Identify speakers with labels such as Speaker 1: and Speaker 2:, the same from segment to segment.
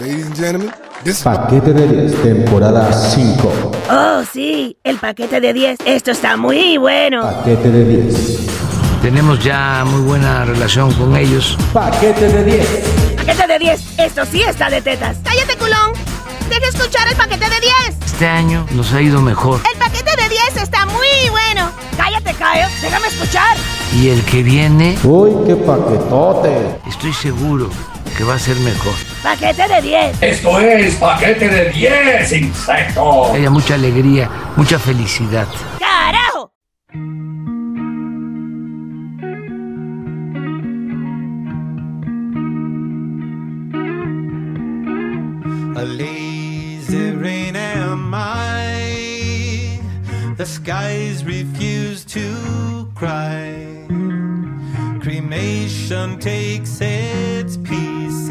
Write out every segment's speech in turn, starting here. Speaker 1: Ladies and gentlemen, this is
Speaker 2: Paquete de 10, temporada 5.
Speaker 3: Oh, sí, el paquete de 10. Esto está muy bueno.
Speaker 2: Paquete de 10.
Speaker 4: Tenemos ya muy buena relación con ellos.
Speaker 2: Paquete de 10.
Speaker 3: Paquete de 10. Esto sí está de tetas.
Speaker 5: ¡Cállate, culón! ¡Deja escuchar el paquete de 10!
Speaker 4: Este año nos ha ido mejor
Speaker 5: ¡El paquete de 10 está muy bueno!
Speaker 3: Cállate, Kyle. Déjame escuchar.
Speaker 4: y el que viene
Speaker 2: Uy, qué paquetote.
Speaker 4: estoy seguro que va a ser mejor.
Speaker 3: Paquete de 10.
Speaker 6: Esto es paquete de 10 insectos.
Speaker 7: Ah,
Speaker 4: Haya mucha alegría, mucha felicidad.
Speaker 3: ¡Carajo!
Speaker 8: A lazy rain am I. The skies refuse to cry. Cremation takes its piece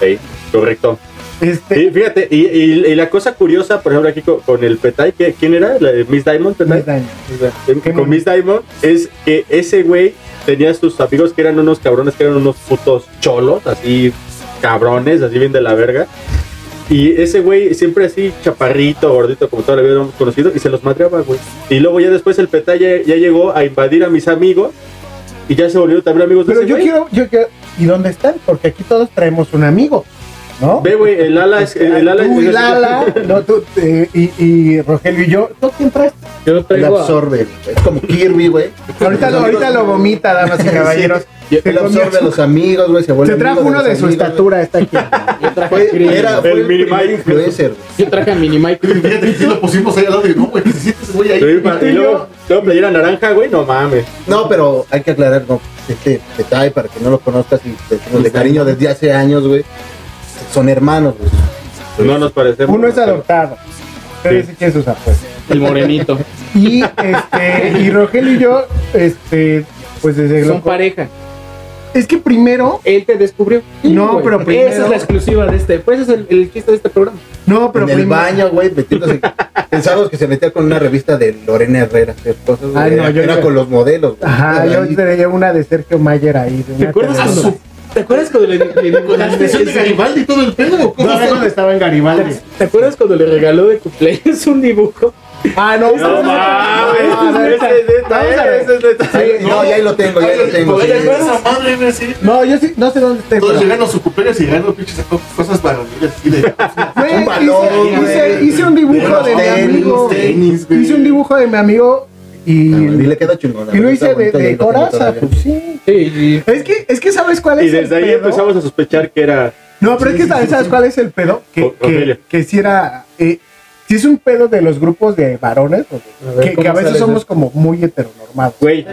Speaker 9: Sí, correcto.
Speaker 10: Este,
Speaker 9: Sí, fíjate, y, y- y la cosa curiosa, por ejemplo, aquí con, con el Petay, que- ¿quién era? La- Miss Diamond, Petay.
Speaker 2: Pues,
Speaker 10: 20 años.
Speaker 9: En-
Speaker 10: Qué
Speaker 9: con
Speaker 10: mon-
Speaker 9: Miss Diamond es que ese güey tenía sus amigos que eran unos cabrones, que eran unos putos cholos, así cabrones, así bien de la verga. Y ese güey siempre así chaparrito, gordito, como toda la vida lo hemos conocido, y se los madreaba, güey. Y luego ya después el Petá ya, ya llegó a invadir a mis amigos y ya se volvieron también amigos de
Speaker 10: Pero
Speaker 9: ese
Speaker 10: yo
Speaker 9: güey.
Speaker 10: quiero, yo quiero. ¿Y dónde están? Porque aquí todos traemos un amigo. ¿No?
Speaker 9: Ve, güey, el ala es... El ala
Speaker 10: tú
Speaker 9: es-
Speaker 10: y Lala, no, tú, eh, y, y Rogelio y yo, ¿tú quién traes?
Speaker 7: Yo
Speaker 2: Él
Speaker 7: traigo a-
Speaker 2: absorbe. Es como Kirby, güey.
Speaker 10: Ahorita lo, ahorita lo vomita, damas y caballeros.
Speaker 2: Él absorbe a los amigos, güey. Se vuelve
Speaker 10: Se trajo
Speaker 2: amigo
Speaker 10: uno de
Speaker 2: los
Speaker 10: su
Speaker 2: amigos,
Speaker 10: estatura, está aquí.
Speaker 7: yo traje
Speaker 2: güey.
Speaker 7: a Chris,
Speaker 2: Fue, era, fue
Speaker 9: El
Speaker 2: el,
Speaker 9: mini
Speaker 2: primer
Speaker 9: Mike.
Speaker 2: influencer. güey.
Speaker 7: Yo traje a Mini Mike.
Speaker 11: Y Fíjate, sí lo pusimos ahí al lado y no, güey, que se siente ese güey
Speaker 9: Sí,
Speaker 11: ahí.
Speaker 9: pa- y luego, luego playera naranja, güey, no mames.
Speaker 2: No, pero hay que aclarar, no, este detalle para que no lo conozcas y te decimos de cariño desde hace años, güey. Son hermanos, güey.
Speaker 9: No nos parecemos.
Speaker 10: Uno es adoptado. Ustedes sí quieren sus apuestas.
Speaker 7: El morenito.
Speaker 10: Y este, y Rogelio y yo, este, pues desde
Speaker 7: Son
Speaker 10: lo,
Speaker 7: pareja.
Speaker 10: Es que primero.
Speaker 7: Él te descubrió.
Speaker 10: No,
Speaker 7: güey.
Speaker 10: pero primero-
Speaker 7: Esa es la exclusiva de este. Pues es el, el chiste de este programa.
Speaker 10: No, pero
Speaker 2: en el
Speaker 10: primero.
Speaker 2: baño, güey, metiéndose. Pensábamos que se metía con una revista de Lorena Herrera. esas Cosas, güey.
Speaker 11: Ah,
Speaker 10: Ay, no,
Speaker 2: Era-
Speaker 10: yo-
Speaker 2: era con los modelos. güey.
Speaker 10: Ajá,
Speaker 2: Era
Speaker 10: yo
Speaker 2: ahí.
Speaker 10: traía una de Sergio Mayer ahí. de una
Speaker 7: ¿Te acuerdas
Speaker 10: tela.
Speaker 7: cuando, ¿te acuerdas cuando le, le
Speaker 11: Con la expresión de Garibaldi y todo el pedo. ¿Cómo
Speaker 10: No,
Speaker 11: se-
Speaker 10: era cuando estaba en Garibaldi.
Speaker 7: ¿Te acuerdas cuando le regaló de cumpleaños un dibujo?
Speaker 10: Ah, no,
Speaker 9: No mames, ese es neta, ese es neta.
Speaker 2: Ahí- no, ya ahí lo tengo, ya ahí lo tengo.
Speaker 11: Oye,
Speaker 2: sí.
Speaker 11: ¿te acuerdas esa madre, güey, así?
Speaker 10: No, yo sí, no sé dónde está.
Speaker 11: Todos llegan a su cumpleaños y llegan los pinches a co- cosas varoniles. así de-
Speaker 10: Güey,
Speaker 2: Un balón,
Speaker 11: Oh,
Speaker 10: hice,
Speaker 2: güey.
Speaker 10: hice- hice un
Speaker 11: de
Speaker 10: dibujo
Speaker 11: los
Speaker 10: de mi
Speaker 11: tenis,
Speaker 10: amigo.
Speaker 11: tenis, güey.
Speaker 10: Hice un dibujo de mi amigo y,
Speaker 2: Y le queda chingón. Ah, la
Speaker 10: y lo
Speaker 2: verdad,
Speaker 10: hice
Speaker 2: está
Speaker 10: de,
Speaker 2: bonito,
Speaker 10: de
Speaker 2: yo lo tengo
Speaker 10: coraza,
Speaker 2: todavía.
Speaker 10: pues sí.
Speaker 7: Sí, y-
Speaker 10: Es que, es que sabes cuál es
Speaker 9: Y desde
Speaker 10: el
Speaker 9: ahí
Speaker 10: pedo.
Speaker 9: empezamos a sospechar que era.
Speaker 10: No, pero es que también sabes cuál es el pedo. Que,
Speaker 9: O-
Speaker 10: que,
Speaker 9: Ofelia.
Speaker 10: que si era. eh, si es un pedo de los grupos de varones, pues,
Speaker 7: A ver,
Speaker 10: que, que a
Speaker 7: ¿cómo
Speaker 10: veces
Speaker 7: sales
Speaker 10: somos como muy heteronormados.
Speaker 9: Güey.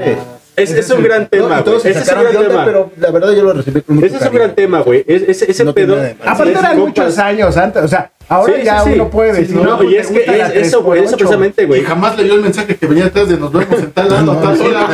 Speaker 9: Es, es un gran
Speaker 2: No,
Speaker 9: tema.
Speaker 2: y todos
Speaker 9: güey.
Speaker 2: se
Speaker 9: Ese es un
Speaker 2: sacaron de
Speaker 9: gran
Speaker 2: onda,
Speaker 9: tema.
Speaker 2: pero la verdad yo lo recibí con mucho
Speaker 9: Ese es un
Speaker 2: cariño.
Speaker 9: gran tema, güey. Es- Ese, ese
Speaker 2: No tiene
Speaker 9: pedo.
Speaker 2: nada de malo.
Speaker 10: Aparte
Speaker 9: Sí,
Speaker 10: eran
Speaker 9: compas.
Speaker 10: muchos años antes, o sea, ahora
Speaker 9: Sí,
Speaker 10: ya
Speaker 9: sí, sí.
Speaker 10: uno puede
Speaker 9: Sí,
Speaker 10: decir.
Speaker 9: no,
Speaker 10: pues,
Speaker 9: y
Speaker 10: me
Speaker 9: es que
Speaker 10: gusta la
Speaker 9: es- eso, güey, eso
Speaker 10: 3x8.
Speaker 9: precisamente,
Speaker 11: Y
Speaker 9: güey.
Speaker 11: jamás le dio el mensaje que venía atrás de nos vemos en tal lado, a tal hora.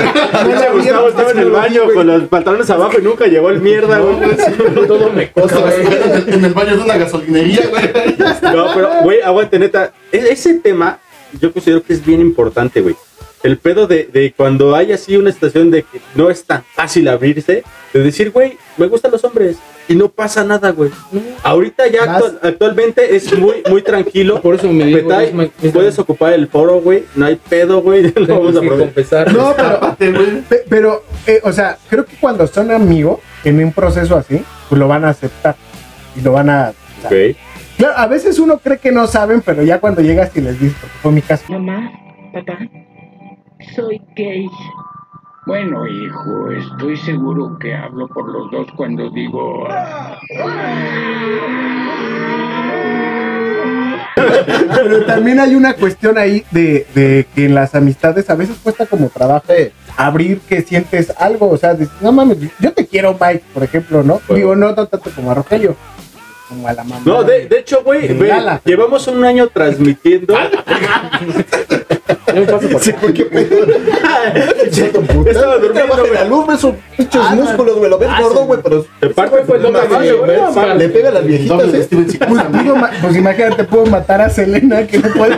Speaker 9: Pinche Gustavo estaba en el baño con los pantalones abajo y nunca llegó el mierda, güey.
Speaker 7: todo me
Speaker 11: O sea, en el- en el baño de una gasolinería, güey.
Speaker 9: No, pero, güey, aguante, neta. E- ese tema yo considero que es bien importante, güey. El pedo de, de cuando hay así una situación de que no es tan fácil abrirse, de decir, güey, me gustan los hombres y no pasa nada, güey. Ahorita ya
Speaker 10: Más.
Speaker 9: actu- actualmente es muy, muy tranquilo.
Speaker 7: Por eso me digo,
Speaker 9: Petay,
Speaker 7: es ma- es
Speaker 9: puedes
Speaker 7: ma-
Speaker 9: ocupar el foro, güey. No hay pedo, güey. No
Speaker 7: Tengo
Speaker 9: vamos a
Speaker 7: que
Speaker 9: probar.
Speaker 7: confesar.
Speaker 10: No, pero,
Speaker 11: Aparte, güey.
Speaker 10: Pe- Pero, eh, o sea, creo que cuando son amigos en un proceso así, pues lo van a aceptar y lo van a. o sea,
Speaker 9: Ok.
Speaker 10: Claro, a veces uno cree que no saben, pero ya cuando llegas y les dices, porque fue mi caso.
Speaker 12: Mamá, papá, soy gay.
Speaker 6: Bueno, hijo, estoy seguro que hablo por los dos cuando digo...
Speaker 10: Pero también hay una cuestión ahí de, de que en las amistades a veces cuesta como trabajo abrir que sientes algo, o sea, dices, no mames, yo te quiero, Mike, por ejemplo, ¿no?
Speaker 9: Bueno.
Speaker 10: Digo, no, no tanto como a Rogelio, como a la mamá.
Speaker 9: No, de, de hecho, güey,
Speaker 10: Sin
Speaker 9: ve,
Speaker 10: ala.
Speaker 9: llevamos un año transmitiendo.
Speaker 7: Yo me paso por
Speaker 2: Sí, porque
Speaker 9: Estaba durmiendo,
Speaker 2: Trabaja en
Speaker 9: güey.
Speaker 2: la luz, ve sus pinches músculos, güey. Lo ves gordo, güey, pero.
Speaker 9: Te
Speaker 2: ese
Speaker 9: parte,
Speaker 2: güey
Speaker 9: pues,
Speaker 2: no
Speaker 9: lo que
Speaker 2: mames,
Speaker 9: vale, güey.
Speaker 2: güey. Le pega a las viejitas,
Speaker 11: Doble de
Speaker 2: eh.
Speaker 11: Steven Seagal.
Speaker 10: Pues, digo, ma- pues imagínate, puedo matar a Selena, que no puede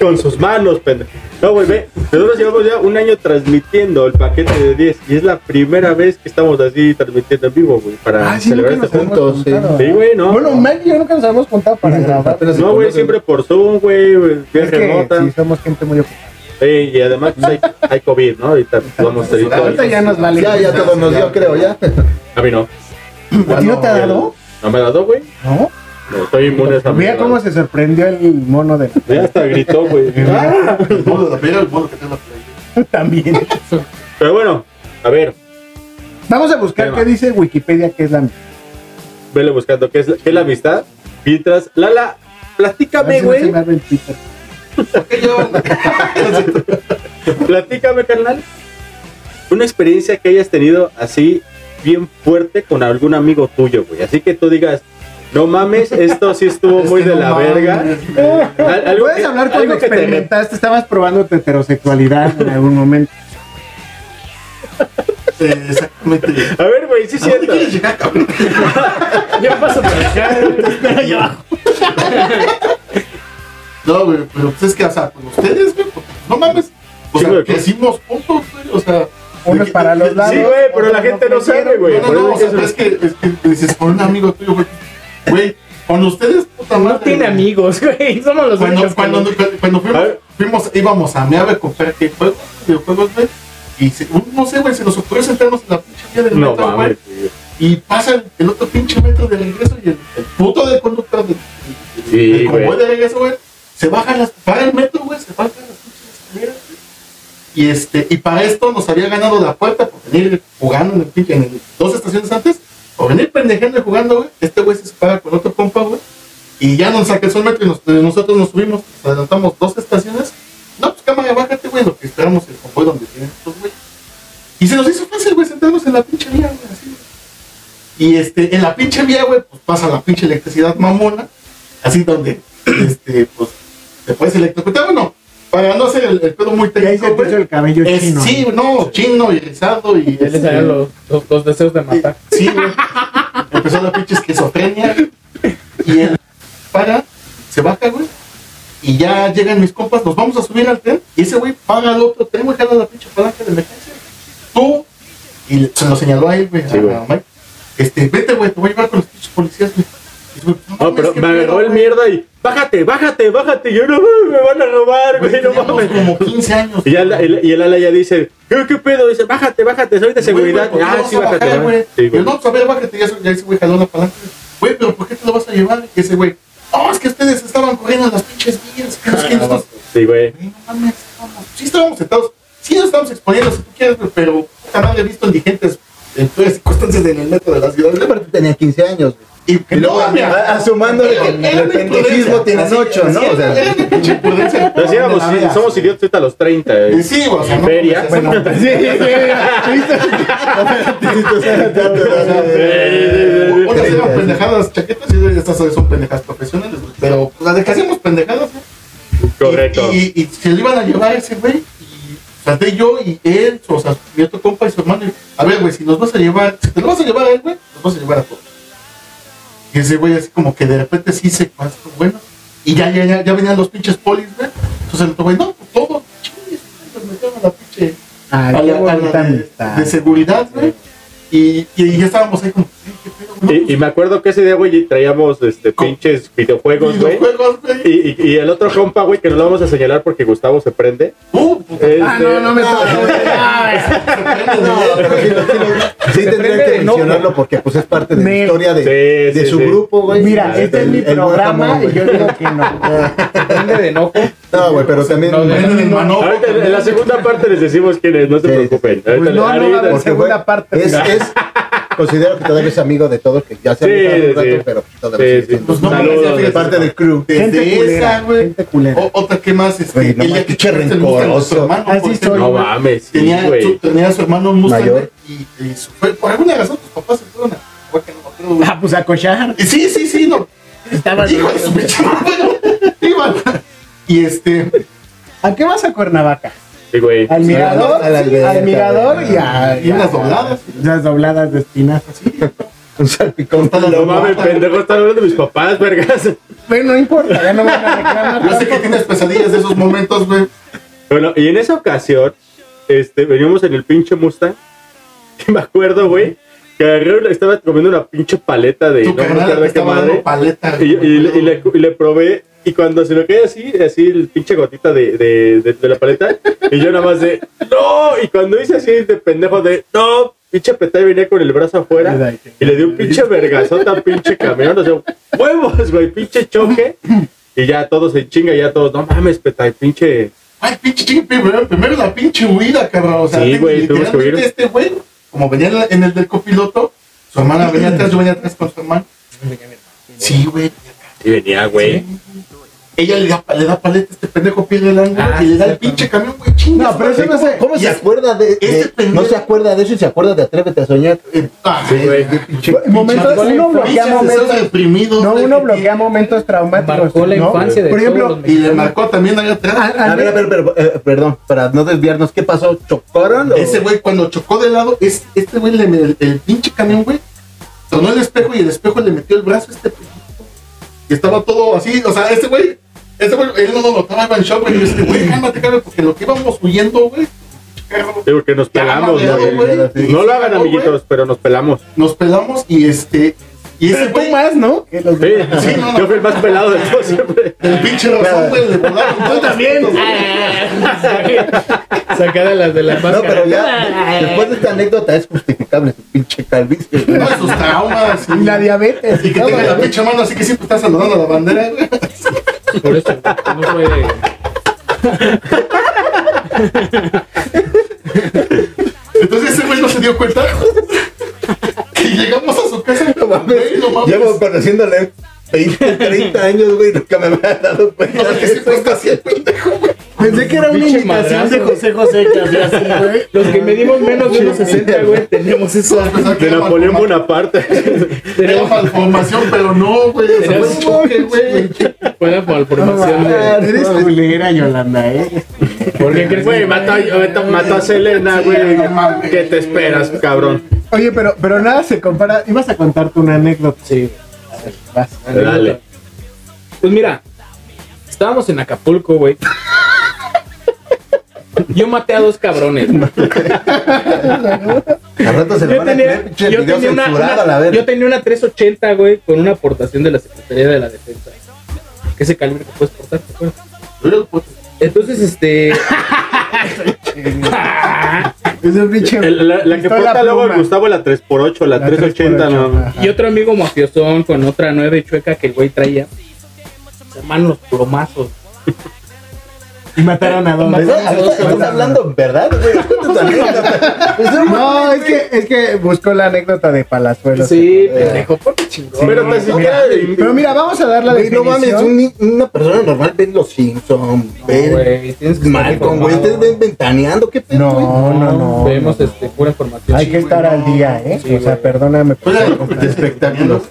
Speaker 9: Con sus manos, pendejo. No, güey, ve. Nosotros llevamos ya un año transmitiendo el paquete de 10 y es la primera vez que estamos así transmitiendo en vivo, güey, para
Speaker 10: Ah, sí, nunca
Speaker 9: celebrar
Speaker 10: nos
Speaker 9: este
Speaker 10: habíamos
Speaker 9: punto.
Speaker 2: juntos, sí.
Speaker 10: juntado,
Speaker 9: Sí,
Speaker 10: ¿verdad?
Speaker 9: güey, no.
Speaker 10: Bueno, Mike y yo nunca nos habíamos juntado para grabar.
Speaker 2: Apenas se
Speaker 9: no, güey,
Speaker 2: conocen.
Speaker 9: siempre por Zoom, güey, vía
Speaker 10: Es que
Speaker 9: remota.
Speaker 10: sí, somos gente muy ocupada.
Speaker 9: Sí, y además pues, hay, hay COVID, ¿no? Ahorita vamos a evitar.
Speaker 10: Ahorita ya nos vale.
Speaker 2: Ya, ya todo nos dio, creo, ya.
Speaker 9: A mí no.
Speaker 10: ¿A ti no te ha dado?
Speaker 9: No me ha dado, güey.
Speaker 10: ¿No?
Speaker 9: No, estoy inmune a esa
Speaker 10: Mira
Speaker 9: mierda.
Speaker 10: cómo se sorprendió el mono de
Speaker 9: Ya hasta gritó, güey. Ah.
Speaker 11: El mono de la pera, el mono que tiene la playa.
Speaker 10: también.
Speaker 9: Pero bueno, a ver,
Speaker 10: Vamos a buscar qué dice Wikipedia que es la
Speaker 9: vele buscando qué es, la- qué es la amistad. Mientras, Lala,
Speaker 10: A ver
Speaker 9: platícame,
Speaker 10: si no
Speaker 9: güey.
Speaker 10: se me abre el Twitter.
Speaker 9: Platícame, carnal. Una experiencia que hayas tenido así bien fuerte con algún amigo tuyo, güey. Así que tú digas, no mames, esto sí estuvo
Speaker 11: Es
Speaker 9: muy
Speaker 11: que
Speaker 9: de
Speaker 11: no
Speaker 9: la
Speaker 11: mames,
Speaker 9: verga.
Speaker 11: güey.
Speaker 9: Al- algo
Speaker 10: Puedes
Speaker 9: que-
Speaker 10: hablar
Speaker 9: algo
Speaker 10: cuando
Speaker 9: que te-
Speaker 10: experimentaste, estabas probando tu heterosexualidad en algún momento.
Speaker 11: Eh, Exactamente.
Speaker 9: A ver, güey, sí es
Speaker 11: ¿A dónde
Speaker 9: cierto.
Speaker 11: quieres llegar, cabrón?
Speaker 7: Yo me paso por acá.
Speaker 11: No, güey, pero pues es que, o sea, con ustedes, güey, pues, no mames. O
Speaker 9: Sí,
Speaker 11: sea,
Speaker 9: güey. pues,
Speaker 11: crecimos juntos, güey, o sea.
Speaker 10: Unos
Speaker 11: de-
Speaker 10: para
Speaker 11: de-
Speaker 10: los lados.
Speaker 9: Sí, güey, pero la gente no sabe, güey.
Speaker 11: No,
Speaker 9: Por
Speaker 11: no,
Speaker 9: eso
Speaker 11: no, o sea,
Speaker 9: dices,
Speaker 11: pero es que, es que dices, con un amigo tuyo, güey. Güey, con ustedes, puta madre.
Speaker 7: No tiene
Speaker 11: güey.
Speaker 7: amigos, güey. Somos los
Speaker 11: Cuando,
Speaker 7: únicos. que
Speaker 11: cuando,
Speaker 7: no.
Speaker 11: cuando, cuando
Speaker 9: A
Speaker 11: fuimos,
Speaker 9: ver.
Speaker 11: fuimos- íbamos a Meave a comprar que juegos, videojuegos, güey. Y se- uh, no sé, güey, se nos ocurrió sentarnos en la pinche vía del
Speaker 9: No
Speaker 11: metro, güey.
Speaker 9: mames, güey.
Speaker 11: Y pasa el, el otro pinche metro de regreso y el, el puto del conductor del, del-
Speaker 9: Sí,
Speaker 11: del convoy
Speaker 9: güey.
Speaker 11: de regreso, güey, se baja las, para el metro, güey, se baja las pinches escaleras, güey. Y este, y para esto nos había ganado la puerta por venir jugando en el pinche, en el- dos estaciones antes, por venir pendejando y jugando, güey. Este güey se separa con otro compa, güey. Y ya nos alcanzó el metro y nos- eh, nosotros nos subimos, nos adelantamos dos estaciones. No, pues cámara, bájate, güey, lo que esperamos el convoy donde tienen estos güey. Y se nos hizo fácil, güey, sentarnos en la pinche vía, güey, así, güey. Y este, en la pinche vía, güey, pues pasa la pinche electricidad mamona, así donde, este, pues, te puedes electrocutar, bueno, para no hacer el
Speaker 10: el, el pedo muy técnico.
Speaker 2: ahí se te
Speaker 10: güey.
Speaker 2: hizo el cabello
Speaker 10: Es-
Speaker 2: chino.
Speaker 10: Sí, no, chino y rizado. Y
Speaker 7: Ya le
Speaker 10: este,
Speaker 7: salieron los, los- los deseos de matar.
Speaker 10: Sí, güey. Empezó la pinche esquizofrenia. Y él para, se baja, güey. Y ya llegan mis compas, nos vamos a subir al tren. Y ese güey paga al otro tren, güey, jala la pinche palanca de emergencia. Tú. Y le- se lo señaló a él, güey. a- a Mike. Este, vete, güey, te voy a llevar con los pinches policías, güey. Y, "Pues, güey, no
Speaker 9: No,
Speaker 10: mames,
Speaker 9: pero
Speaker 10: qué
Speaker 9: me agarró
Speaker 10: pedo,
Speaker 9: el
Speaker 10: güey.
Speaker 9: mierda y bájate, bájate, bájate. Yo no, güey, me van a robar, güey, no
Speaker 10: Teníamos
Speaker 9: mames.
Speaker 10: como 15 años.
Speaker 9: Y, ya la- el, y el ala ya dice, ¿qué, qué pedo? Dice, bájate, bájate, soy de seguridad.
Speaker 10: Güey, güey, ¿por qué
Speaker 9: ah,
Speaker 10: vas
Speaker 9: sí,
Speaker 10: a bajar,
Speaker 9: bájate, güey.
Speaker 10: güey.
Speaker 9: Sí,
Speaker 10: Yo,
Speaker 9: güey.
Speaker 10: no, pues a ver, bájate, ya, se- ya ese güey jaló la palanca. Güey, pero ¿por qué te lo vas a llevar? Y ese güey, no, es que ustedes estaban corriendo las pinches vías. que no Es
Speaker 11: Ah,
Speaker 10: que nosotros,
Speaker 9: Sí, güey.
Speaker 10: no mames, estábamos- sí estábamos sentados, sí nos estábamos exponiendo, si tú quieres, güey, pero puta madre, he visto indigentes en todas las circunstancias en el metro de la ciudad. güey.
Speaker 11: Tenía 15 años, güey.
Speaker 10: Y,
Speaker 11: Y luego, a- asumándole que
Speaker 10: era
Speaker 11: el
Speaker 10: una
Speaker 11: pendejismo
Speaker 10: imprudencia,
Speaker 11: tienes
Speaker 10: así-
Speaker 11: 8, ¿no?
Speaker 10: así
Speaker 11: O sea,
Speaker 10: era una pinche imprudencia.
Speaker 9: Pero sí éramos-
Speaker 10: De la vida.
Speaker 9: somos idiotas ahorita a los 30. güey.
Speaker 10: Sí, o sea, no,
Speaker 9: Feria.
Speaker 10: pues,
Speaker 9: Bueno,
Speaker 2: Sí, sí,
Speaker 10: Otras eran pendejadas chaquetas y estas son pendejadas profesionales, güey. Pero pues, las de que hacíamos pendejadas, güey.
Speaker 9: Correcto.
Speaker 10: Y, y se lo iban a llevar ese güey. Y salté yo y él, o sea, mi otro compa y su hermano. y, a ver, güey, si nos vas a llevar, si te lo vas a llevar a él, güey, nos vas a llevar a todos. Y ese güey así como que de repente sí se pasó, bueno. Y ya, ya, ya, ya venían los pinches polis, güey. Entonces el otro güey, no, pues todo, chingues, nos metieron a la pinche
Speaker 2: Ay,
Speaker 10: a
Speaker 2: qué
Speaker 10: la, a la
Speaker 2: bonita
Speaker 10: de,
Speaker 2: amistad.
Speaker 10: de seguridad, güey. Y, y, y ya estábamos ahí como, "Sí, qué pedo, güey.
Speaker 9: Y, y me acuerdo que ese día, güey, traíamos este, pinches videojuegos, güey.
Speaker 10: Videojuegos, güey.
Speaker 9: Y, y- y el otro compa, güey, que no lo vamos a señalar porque Gustavo se prende.
Speaker 10: Uh, puta.
Speaker 2: Ah,
Speaker 9: este,
Speaker 2: no, no me
Speaker 11: No, pero sí, sí, sí, sí tendría que mencionarlo porque pues es parte de
Speaker 2: Me-
Speaker 11: la historia de,
Speaker 9: Sí,
Speaker 11: de
Speaker 9: sí,
Speaker 11: su
Speaker 9: sí.
Speaker 11: grupo, güey.
Speaker 2: Mira,
Speaker 11: El-
Speaker 2: este es
Speaker 11: el-
Speaker 2: mi
Speaker 11: el buen
Speaker 2: programa
Speaker 11: jamón,
Speaker 2: y
Speaker 11: güey.
Speaker 2: yo digo que no.
Speaker 7: Depende de enojo.
Speaker 11: No, güey, pero también...
Speaker 7: No, de-
Speaker 10: Prenden el manojo,
Speaker 9: Ahorita en en la segunda parte les decimos quién es, no se
Speaker 11: Sí.
Speaker 9: preocupen. Ahorita
Speaker 2: Pues
Speaker 9: le-
Speaker 2: no, no va a
Speaker 9: ahorita-
Speaker 2: haber
Speaker 11: porque,
Speaker 2: segunda
Speaker 11: güey,
Speaker 2: parte.
Speaker 11: Es, es, considero que todavía es amigo de todos, que ya se
Speaker 9: Sí,
Speaker 11: han un rato,
Speaker 9: sí.
Speaker 11: pero todavía
Speaker 9: Sí,
Speaker 11: sigue
Speaker 9: sí.
Speaker 11: siendo
Speaker 10: Pues no,
Speaker 9: Saludos,
Speaker 10: ya fíjate.
Speaker 11: parte del crew.
Speaker 2: Gente
Speaker 10: Desde
Speaker 2: culera,
Speaker 10: esa, güey.
Speaker 2: gente culera.
Speaker 10: O- Otra que más, este,
Speaker 11: Güey, no
Speaker 10: el día
Speaker 11: mames,
Speaker 10: que
Speaker 11: qué
Speaker 10: Charles le gusta a su
Speaker 11: rencoroso.
Speaker 10: hermano,
Speaker 2: Así
Speaker 10: por ejemplo,
Speaker 2: soy,
Speaker 9: No mames, sí,
Speaker 10: tenía, su,
Speaker 9: güey.
Speaker 10: tenía a su hermano un Mustang,
Speaker 11: Mayor.
Speaker 10: güey, y, y su- fue- por alguna razón tus papás se fueron a güey, que no me acuerdo, güey.
Speaker 2: Ah, pues a cochar.
Speaker 10: Y Sí, sí, sí, no.
Speaker 2: Estaban-
Speaker 10: Hijo de su pinche madre. Iban. Y este,
Speaker 2: ¿A qué vas a Cuernavaca?
Speaker 9: Sí, güey.
Speaker 2: Al mirador,
Speaker 11: a la
Speaker 2: sí, al
Speaker 11: alberca,
Speaker 2: mirador
Speaker 11: güey.
Speaker 2: y a.
Speaker 10: Y unas dobladas.
Speaker 2: Las dobladas de espinas.
Speaker 11: Un salpicón.
Speaker 10: No
Speaker 9: No mames, pendejo, están hablando de mis papás, vergas.
Speaker 2: Pero no importa, ya no van a reclamar.
Speaker 10: yo sé que tienes pesadillas de esos momentos, güey.
Speaker 9: Bueno, y en esa ocasión, este, veníamos en el pinche Mustang. Que me acuerdo, güey, que agarré- estaba comiendo una pinche paleta de.
Speaker 10: Tu
Speaker 9: me
Speaker 10: carnal
Speaker 9: acuerdo
Speaker 10: te
Speaker 9: qué
Speaker 10: estaba dando paleta.
Speaker 9: Y, y,
Speaker 10: güey.
Speaker 9: le, y le- y le probé. Y cuando se me cae así, así el pinche gotita de, de, de- de la paleta. Y yo nada más de. ¡No! Y cuando hice así de pendejo de. ¡No! Pinche petá y venía con el brazo afuera. Y le di un pinche vergazota al pinche camión. O sea, huevos, güey, pinche choque. Y ya todos se chinga, ya todos. No mames, petá, y pinche.
Speaker 10: Ay, pinche chingue, primero, primero la pinche huida, cabrón. O sea,
Speaker 9: Sí, güey, tuvimos que
Speaker 10: literalmente
Speaker 9: huir.
Speaker 10: este güey, como venía en la- en el del copiloto, su hermana venía atrás, yo venía atrás con su hermano. Sí, güey.
Speaker 9: Y venía, güey.
Speaker 10: Ella le da, le da paleta a este pendejo, pierde el ángulo
Speaker 7: Ah,
Speaker 10: y le
Speaker 7: sí,
Speaker 10: da el
Speaker 7: cierto.
Speaker 10: pinche camión, güey, chinga.
Speaker 2: No, pero eso no se-
Speaker 11: ¿Cómo se
Speaker 10: Y es-
Speaker 11: acuerda de, de-
Speaker 10: este pendejo-
Speaker 11: No se acuerda de eso y se acuerda de Atrévete a Soñar.
Speaker 10: Eh, ah,
Speaker 9: Sí, güey.
Speaker 10: eh, pinche-
Speaker 2: Momentos,
Speaker 10: pinche-
Speaker 2: uno bloquea
Speaker 10: pinches
Speaker 2: momentos.
Speaker 10: deseos deprimidos,
Speaker 2: No,
Speaker 10: güey,
Speaker 2: uno
Speaker 10: que
Speaker 2: bloquea momentos traumáticos.
Speaker 7: Marcó la
Speaker 2: ¿no?
Speaker 7: infancia de
Speaker 2: Por ejemplo, Ah,
Speaker 7: todos los
Speaker 10: tiene. Y le marcó también allá atrás.
Speaker 2: a-
Speaker 11: A ver, a ver, pero, eh, perdón, para no desviarnos, ¿qué pasó? ¿Chocaron? o-
Speaker 10: Ese güey cuando chocó de lado, es, este güey le el, el pinche camión, güey, sonó el espejo y el espejo le metió el brazo a este pendejo. Y estaba todo así, o sea, este güey, este güey, él no lo notaba, iba en shock, güey, y este güey, cálmate, cálmate, porque lo que íbamos huyendo, güey, carro,
Speaker 9: Digo que nos
Speaker 10: Ya,
Speaker 9: pelamos,
Speaker 10: madreado,
Speaker 9: güey.
Speaker 10: güey.
Speaker 9: No lo hagan,
Speaker 10: No, güey.
Speaker 9: amiguitos, pero nos pelamos.
Speaker 10: nos pelamos y este, y ese
Speaker 2: Pero tú
Speaker 10: güey,
Speaker 2: más, ¿no? Que los
Speaker 9: Sí,
Speaker 10: Sí, no, no.
Speaker 9: Yo fui el más pelado de todos siempre.
Speaker 10: el pinche razón, güey, le volaron todos los puntos, güey.
Speaker 7: Sacada las de la
Speaker 11: No,
Speaker 7: máscara.
Speaker 11: pero ya, después de esta anécdota es justificable su pinche calvicie. güey.
Speaker 10: No, sus traumas.
Speaker 2: Y la diabetes.
Speaker 10: Y que tenga la pinche mano así que siempre está saludando a la bandera, güey.
Speaker 7: Por eso no fue.
Speaker 10: Entonces ese güey no se dio cuenta. Y llegamos a su casa.
Speaker 11: No mames,
Speaker 10: Güey, no mames.
Speaker 11: Llevo conociéndole 20, 30 años, güey, nunca me había dado
Speaker 10: No,
Speaker 11: cuenta. de
Speaker 10: que
Speaker 11: eso.
Speaker 10: siempre está así el pendejo.
Speaker 2: Pensé que era una
Speaker 7: Pinche
Speaker 2: imitación de
Speaker 7: madrazo.
Speaker 2: José José que hacía así, güey.
Speaker 7: Los que medimos menos de unos 60, güey, tenemos eso.
Speaker 9: De Napoleón Bonaparte.
Speaker 10: Era
Speaker 7: Tenemos
Speaker 10: malformación, pero no, güey. O sea,
Speaker 7: Era
Speaker 10: fue un choque, güey.
Speaker 7: buena malformación.
Speaker 2: Ah,
Speaker 7: güey.
Speaker 2: Eres culera, Yolanda, ¿eh?
Speaker 7: ¿Por qué crees
Speaker 9: Güey, mató, a- mató a Selena, güey. ¿Qué te esperas, cabrón?
Speaker 10: Oye, pero, pero nada se compara. Ibas a contarte una anécdota. Sí. Vas.
Speaker 9: Dale.
Speaker 7: Pues mira, estábamos en Acapulco, güey. Yo maté a dos cabrones. güey.
Speaker 2: Al rato se le
Speaker 7: Yo
Speaker 2: van a
Speaker 7: tenía,
Speaker 2: tener pinche
Speaker 7: yo
Speaker 2: video
Speaker 7: tenía una,
Speaker 2: censurado
Speaker 7: una-
Speaker 2: a la verga.
Speaker 7: yo tenía una 380, güey, con una aportación de la Secretaría de la Defensa. Que ese calibre que puedes portar, ¿te acuerdas? Entonces, este.
Speaker 10: Es un pinche.
Speaker 9: El- la, la que
Speaker 7: Pistola
Speaker 9: porta luego
Speaker 7: pluma.
Speaker 9: Gustavo la 3x8, la, 380, no.
Speaker 7: Y otro amigo mafiosón con otra nueve chueca que el güey traía. Se armaron los plomazos.
Speaker 10: Y mataron a dos.
Speaker 2: ¿Verdad? Ahorita Estás hablando, ¿verdad, güey? Cuéntanos anécdotas. Es un-
Speaker 10: No, es que, es que buscó la anécdota de Palazuelos.
Speaker 7: Sí, pendejo, porque chingón.
Speaker 9: Pero
Speaker 7: no,
Speaker 9: ni
Speaker 7: no,
Speaker 9: siquiera-
Speaker 10: Pero mira, vamos a dar la
Speaker 2: Güey, no
Speaker 10: definición.
Speaker 2: mames, un- una persona normal ve los Simpsons, ve
Speaker 7: güey, tienes que estar
Speaker 2: Malcolm, güey,
Speaker 7: informado.
Speaker 2: ustedes ven ventaneando, qué pedo, güey?
Speaker 10: No, no, no.
Speaker 7: Vemos este, pura información.
Speaker 10: Hay que estar al día, ¿eh?
Speaker 7: Sí,
Speaker 10: o sea,
Speaker 7: güey.
Speaker 10: perdóname.
Speaker 11: Pues de espectáculos.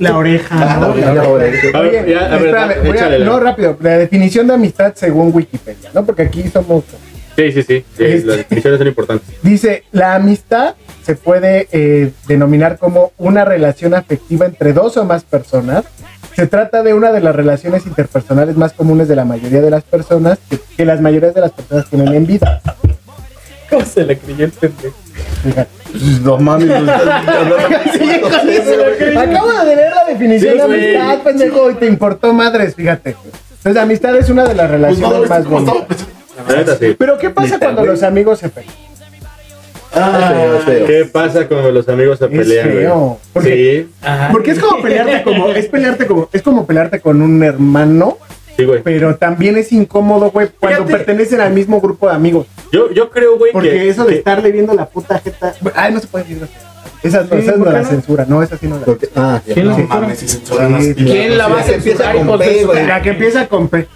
Speaker 10: La oreja.
Speaker 2: Ah, güey, no, güey.
Speaker 9: A ver,
Speaker 10: Oye,
Speaker 9: ya, a ver,
Speaker 10: espérame, voy a-
Speaker 9: échale la-
Speaker 10: no, rápido. La definición de amistad según Wikipedia, ¿no? Porque aquí somos.
Speaker 9: Sí, sí, sí. sí,
Speaker 7: Este.
Speaker 9: las definiciones son importantes.
Speaker 10: Dice: la amistad se puede eh, denominar como una relación afectiva entre dos o más personas. Se trata de una de las relaciones interpersonales más comunes de la mayoría de las personas que, que las mayorías de las personas tienen en vida.
Speaker 7: ¿Cómo se la creyó el pendejo?
Speaker 10: Fíjate.
Speaker 2: No mames, pues, estás hablando-
Speaker 10: Acabo de leer la definición
Speaker 9: Sí,
Speaker 10: de
Speaker 9: güey.
Speaker 10: amistad, pendejo, y te importó madres, fíjate. Entonces, amistad es una de las
Speaker 11: Pues no,
Speaker 10: relaciones
Speaker 11: ¿viste
Speaker 10: más
Speaker 11: cómo estaba?
Speaker 10: bonitas.
Speaker 9: La neta, sí.
Speaker 10: Pero, ¿qué pasa
Speaker 2: Neta,
Speaker 10: cuando
Speaker 2: güey.
Speaker 10: los amigos se pelean?
Speaker 11: Ah,
Speaker 2: feo, es feo.
Speaker 9: ¿Qué pasa cuando los amigos se
Speaker 10: Es
Speaker 9: pelean, güey?
Speaker 10: feo. ¿Por qué?
Speaker 9: Sí,
Speaker 10: Porque es como pelearte como, es pelearte como, es como pelearte con un hermano,
Speaker 9: sí, güey.
Speaker 10: pero también es incómodo, güey, cuando
Speaker 9: Fíjate.
Speaker 10: pertenecen al mismo grupo de amigos.
Speaker 9: Yo, yo creo, güey,
Speaker 10: Porque
Speaker 9: que.
Speaker 10: eso de estarle viendo la puta jeta. Ay, no se puede decir. Esas no,
Speaker 7: Sí,
Speaker 10: esas no
Speaker 7: ¿por qué
Speaker 10: la
Speaker 7: no?
Speaker 10: censura, no, esas sí no la
Speaker 2: Porque- Ah, ya.
Speaker 7: ¿Quién
Speaker 11: No
Speaker 7: la-
Speaker 11: mames, si censuran las
Speaker 10: Sí,
Speaker 11: pilas.
Speaker 7: ¿Quién la va a
Speaker 2: Sí, empieza
Speaker 7: censurar,
Speaker 2: con
Speaker 7: hijos
Speaker 2: B,
Speaker 7: de su
Speaker 2: güey.
Speaker 10: La que empieza con P.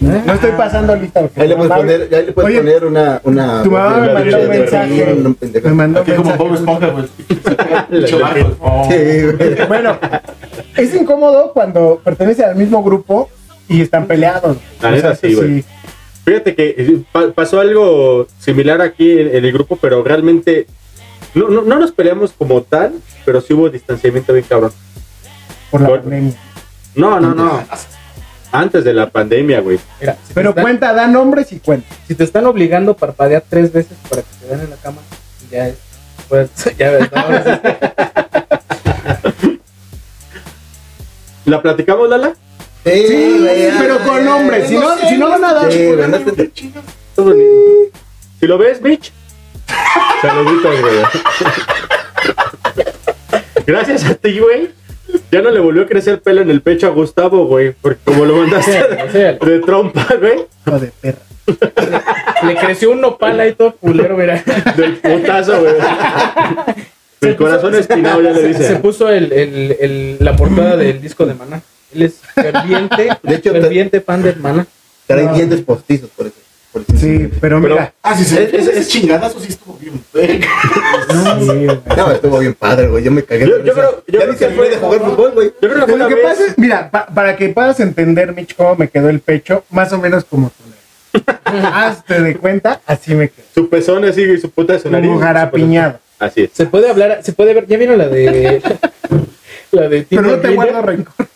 Speaker 10: No estoy pasando lista. porque
Speaker 2: Ahí le
Speaker 10: no
Speaker 2: puedes
Speaker 10: mames.
Speaker 2: poner, ahí le puedes
Speaker 10: Oye,
Speaker 2: poner una, una.
Speaker 10: Tu mamá me
Speaker 9: La
Speaker 10: mandó un
Speaker 9: derecha,
Speaker 10: mensaje.
Speaker 2: perdón, pendejo.
Speaker 10: Me mandó un
Speaker 11: Aquí como
Speaker 10: mensaje.
Speaker 11: Bob Esponja, güey.
Speaker 9: La-
Speaker 11: Pinche barco. Oh.
Speaker 2: Sí, güey.
Speaker 10: Bueno, es incómodo cuando pertenecen al mismo grupo y están peleados.
Speaker 9: La neta,
Speaker 10: eso
Speaker 9: sí, güey. Fíjate que eh, pa- pasó algo similar aquí en, en el grupo, pero realmente no, no, no nos peleamos como tal, pero sí hubo distanciamiento bien cabrón.
Speaker 10: Por la
Speaker 9: Por-
Speaker 10: pandemia.
Speaker 9: No, no, no. Antes de la pandemia, güey.
Speaker 7: Mira, si te
Speaker 10: Pero
Speaker 7: está-
Speaker 10: cuenta, da nombres y cuenta.
Speaker 7: si te están obligando a parpadear tres veces para que te vean en la cama, ya es. Pues, ya ves, ¿no? Ahora sí.
Speaker 9: ¿La platicamos, Lala?
Speaker 2: Sí,
Speaker 10: Sí,
Speaker 2: güey,
Speaker 10: pero
Speaker 2: ah,
Speaker 10: con nombres. Si no, si no van a dar.
Speaker 2: Sí, güey, no te-
Speaker 9: Todo bien. Si lo ves, Mitch. Saluditos, güey. Gracias a ti, güey. Ya no le volvió a crecer pelo en el pecho a Gustavo, güey. Porque como lo mandaste
Speaker 7: Céale, céale.
Speaker 9: de trompa, güey.
Speaker 10: Hijo de perra.
Speaker 7: Le creció un nopal ahí todo culero, mira.
Speaker 9: Del putazo, güey. El corazón espinado ya le
Speaker 7: Se
Speaker 9: dice.
Speaker 7: puso el, el, el- la portada del disco de Maná. Él es ferviente,
Speaker 2: De hecho, te-
Speaker 7: ferviente fan de Maná.
Speaker 2: Trae
Speaker 10: No.
Speaker 2: dientes postizos, por eso. por eso.
Speaker 10: Sí, pero mira.
Speaker 11: Ah, sí, sí.
Speaker 9: Es- es-
Speaker 11: Ese es chingadazo sí estuvo bien. verga.
Speaker 10: Sí, güey.
Speaker 2: No, estuvo bien padre, güey. Yo me cagué. de
Speaker 9: Yo- yo
Speaker 2: risa.
Speaker 9: creo- yo
Speaker 2: ya
Speaker 9: creo
Speaker 2: ni se
Speaker 9: que-
Speaker 2: fue de jugar fútbol, güey.
Speaker 9: Yo creo que
Speaker 10: Lo
Speaker 9: una
Speaker 10: que
Speaker 9: vez-
Speaker 10: pasa es, mira, pa- para que puedas entender, Mitch, cómo me quedó el pecho, más o menos como tú. Hazte de cuenta, así me quedó.
Speaker 9: Su pezón así y su puta su nariz.
Speaker 10: Como garapiñado.
Speaker 9: Así es.
Speaker 7: Se puede hablar, se puede ver. ¿Ya vieron la de. La de
Speaker 10: Pero no
Speaker 7: Tinder
Speaker 10: te
Speaker 7: Grindr?
Speaker 10: guardo rencor.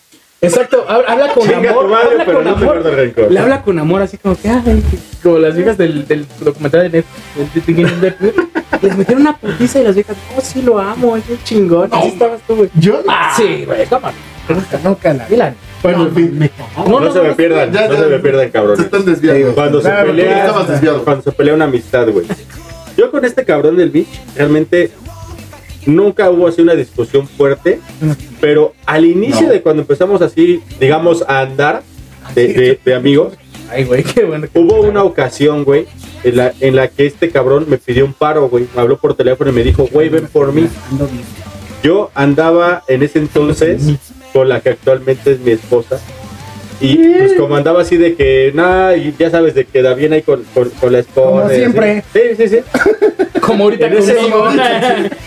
Speaker 7: Exacto, hab- habla con
Speaker 9: Chinga
Speaker 7: amor.
Speaker 9: tu madre,
Speaker 7: habla
Speaker 9: pero
Speaker 7: con
Speaker 9: no te
Speaker 7: amor.
Speaker 9: guardo rencor.
Speaker 7: Le habla con amor, así como que, ay, como las viejas del, del documental de Netflix. del- del- del- del- Les metieron una putiza y las viejas, oh, sí lo amo, es un chingón. Así estabas tú, güey. Ah,
Speaker 10: Yo
Speaker 7: Sí, güey, cámara.
Speaker 10: nunca, nunca la vi.
Speaker 7: Dylan.
Speaker 10: Bueno, en fin, me
Speaker 9: No, se me pierdan,
Speaker 11: Ya,
Speaker 9: no
Speaker 11: ya.
Speaker 9: se me pierdan,
Speaker 11: Se
Speaker 9: cabrones.
Speaker 11: están desviando.
Speaker 9: Cuando se
Speaker 10: Claro, tú
Speaker 9: pelea,
Speaker 11: estabas desviado.
Speaker 9: cuando se pelea una amistad, güey. Yo con este cabrón del bitch, realmente nunca hubo así una discusión fuerte, pero al inicio de cuando empezamos así, digamos, a andar de, de- de amigos,
Speaker 7: Ay, güey, qué bueno. que-
Speaker 9: hubo una ocasión, güey, en la, en la que este cabrón me pidió un paro, güey. Me habló por teléfono y me dijo, güey, ven por mí.
Speaker 10: ando bien.
Speaker 9: Yo andaba en ese entonces con la que actualmente es mi esposa. Y pues como andaba así de que, nada, y ya sabes, de que da bien ahí con, con, con la esposa.
Speaker 10: Como
Speaker 9: y así.
Speaker 10: siempre.
Speaker 9: Sí, sí, sí.
Speaker 7: Como ahorita
Speaker 9: en ese,
Speaker 7: conmigo.
Speaker 9: momento,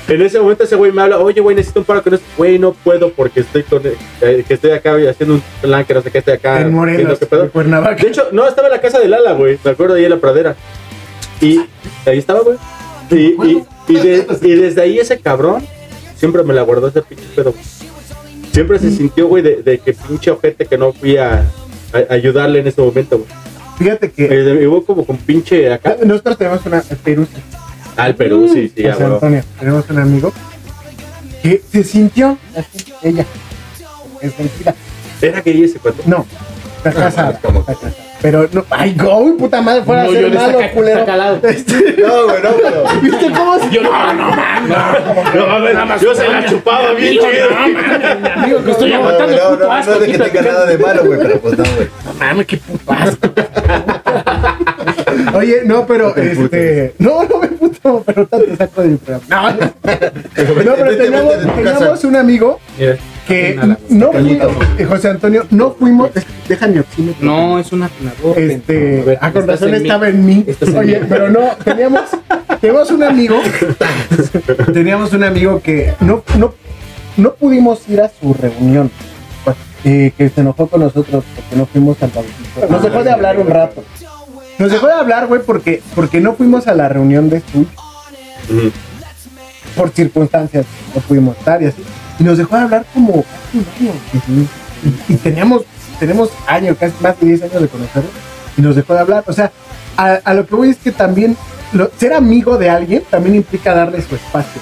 Speaker 9: en ese momento ese güey me habla, oye, güey, necesito un paro con esto. Güey, no puedo porque estoy con, eh, que estoy acá haciendo un plan, que no sé qué, estoy acá.
Speaker 10: En Morelos,
Speaker 9: viendo qué pedo".
Speaker 10: en Cuernavaca.
Speaker 9: De hecho, no, estaba en la casa de Lala, güey. Me acuerdo ahí en la pradera. Y ahí estaba, güey. Y, y, y, de- y desde ahí ese cabrón siempre me la guardó ese pinche pedo. güey. Siempre se sintió, güey, de, de que pinche ojete que no fui a, a- a ayudarle en ese momento, güey.
Speaker 10: Fíjate que. ah,
Speaker 9: Llegó como con pinche acá.
Speaker 10: Nosotros tenemos una Peruzzi.
Speaker 9: Al Perú, sí, sí,
Speaker 10: José
Speaker 9: a huevo.
Speaker 10: Antonio, tenemos un amigo que se sintió así, ella. Es mentira.
Speaker 9: ¿Era que ese cuando?
Speaker 10: No,
Speaker 9: Ah,
Speaker 10: está casada. está casada. Pero no, ay, go, puta madre, fuera
Speaker 7: No,
Speaker 10: a
Speaker 7: yo
Speaker 10: ser
Speaker 7: le
Speaker 10: malo,
Speaker 7: saca-
Speaker 10: culero. Este,
Speaker 7: sacalado.
Speaker 10: No, güey, no, güey. ¿Viste cómo se
Speaker 7: Yo no, no,
Speaker 9: No, a ver, yo se la chupaba bien
Speaker 7: Amigo,
Speaker 9: chido.
Speaker 7: Amigo, que estoy aguantando el puto asco
Speaker 2: No es de que
Speaker 7: aquí
Speaker 2: tenga
Speaker 7: platicando.
Speaker 2: nada de malo, güey, pero pues no, güey.
Speaker 7: ah, No mames, qué puto asco.
Speaker 10: Oye, no, pero este. No, no me puto, pero tanto te saco de mi programa. No, no pero teníamos, teníamos un amigo que no fuimos, eh, José Antonio, no fuimos. es- Déjame oxímetro.
Speaker 7: No, es un atinador.
Speaker 10: Este,
Speaker 7: A ver,
Speaker 10: ah, con
Speaker 7: estás
Speaker 10: razón
Speaker 7: en mí.
Speaker 10: estaba en mí.
Speaker 7: Estás en
Speaker 10: Oye,
Speaker 7: mí.
Speaker 10: pero no, teníamos, teníamos un amigo, teníamos un amigo que no, no, no pudimos ir a su reunión, eh, que se enojó con nosotros porque no fuimos al bautista. Nos dejó
Speaker 7: Ah,
Speaker 10: de hablar un rato. Nos dejó de hablar, güey, porque, porque no fuimos a la reunión de su por circunstancias no pudimos estar y así. Y nos dejó de hablar como casi un año. Y, y teníamos, tenemos años, casi más de 10 años de conocerlo. Y nos dejó de hablar. O sea, a, a lo que voy es que también lo- ser amigo de alguien también implica darle su espacio.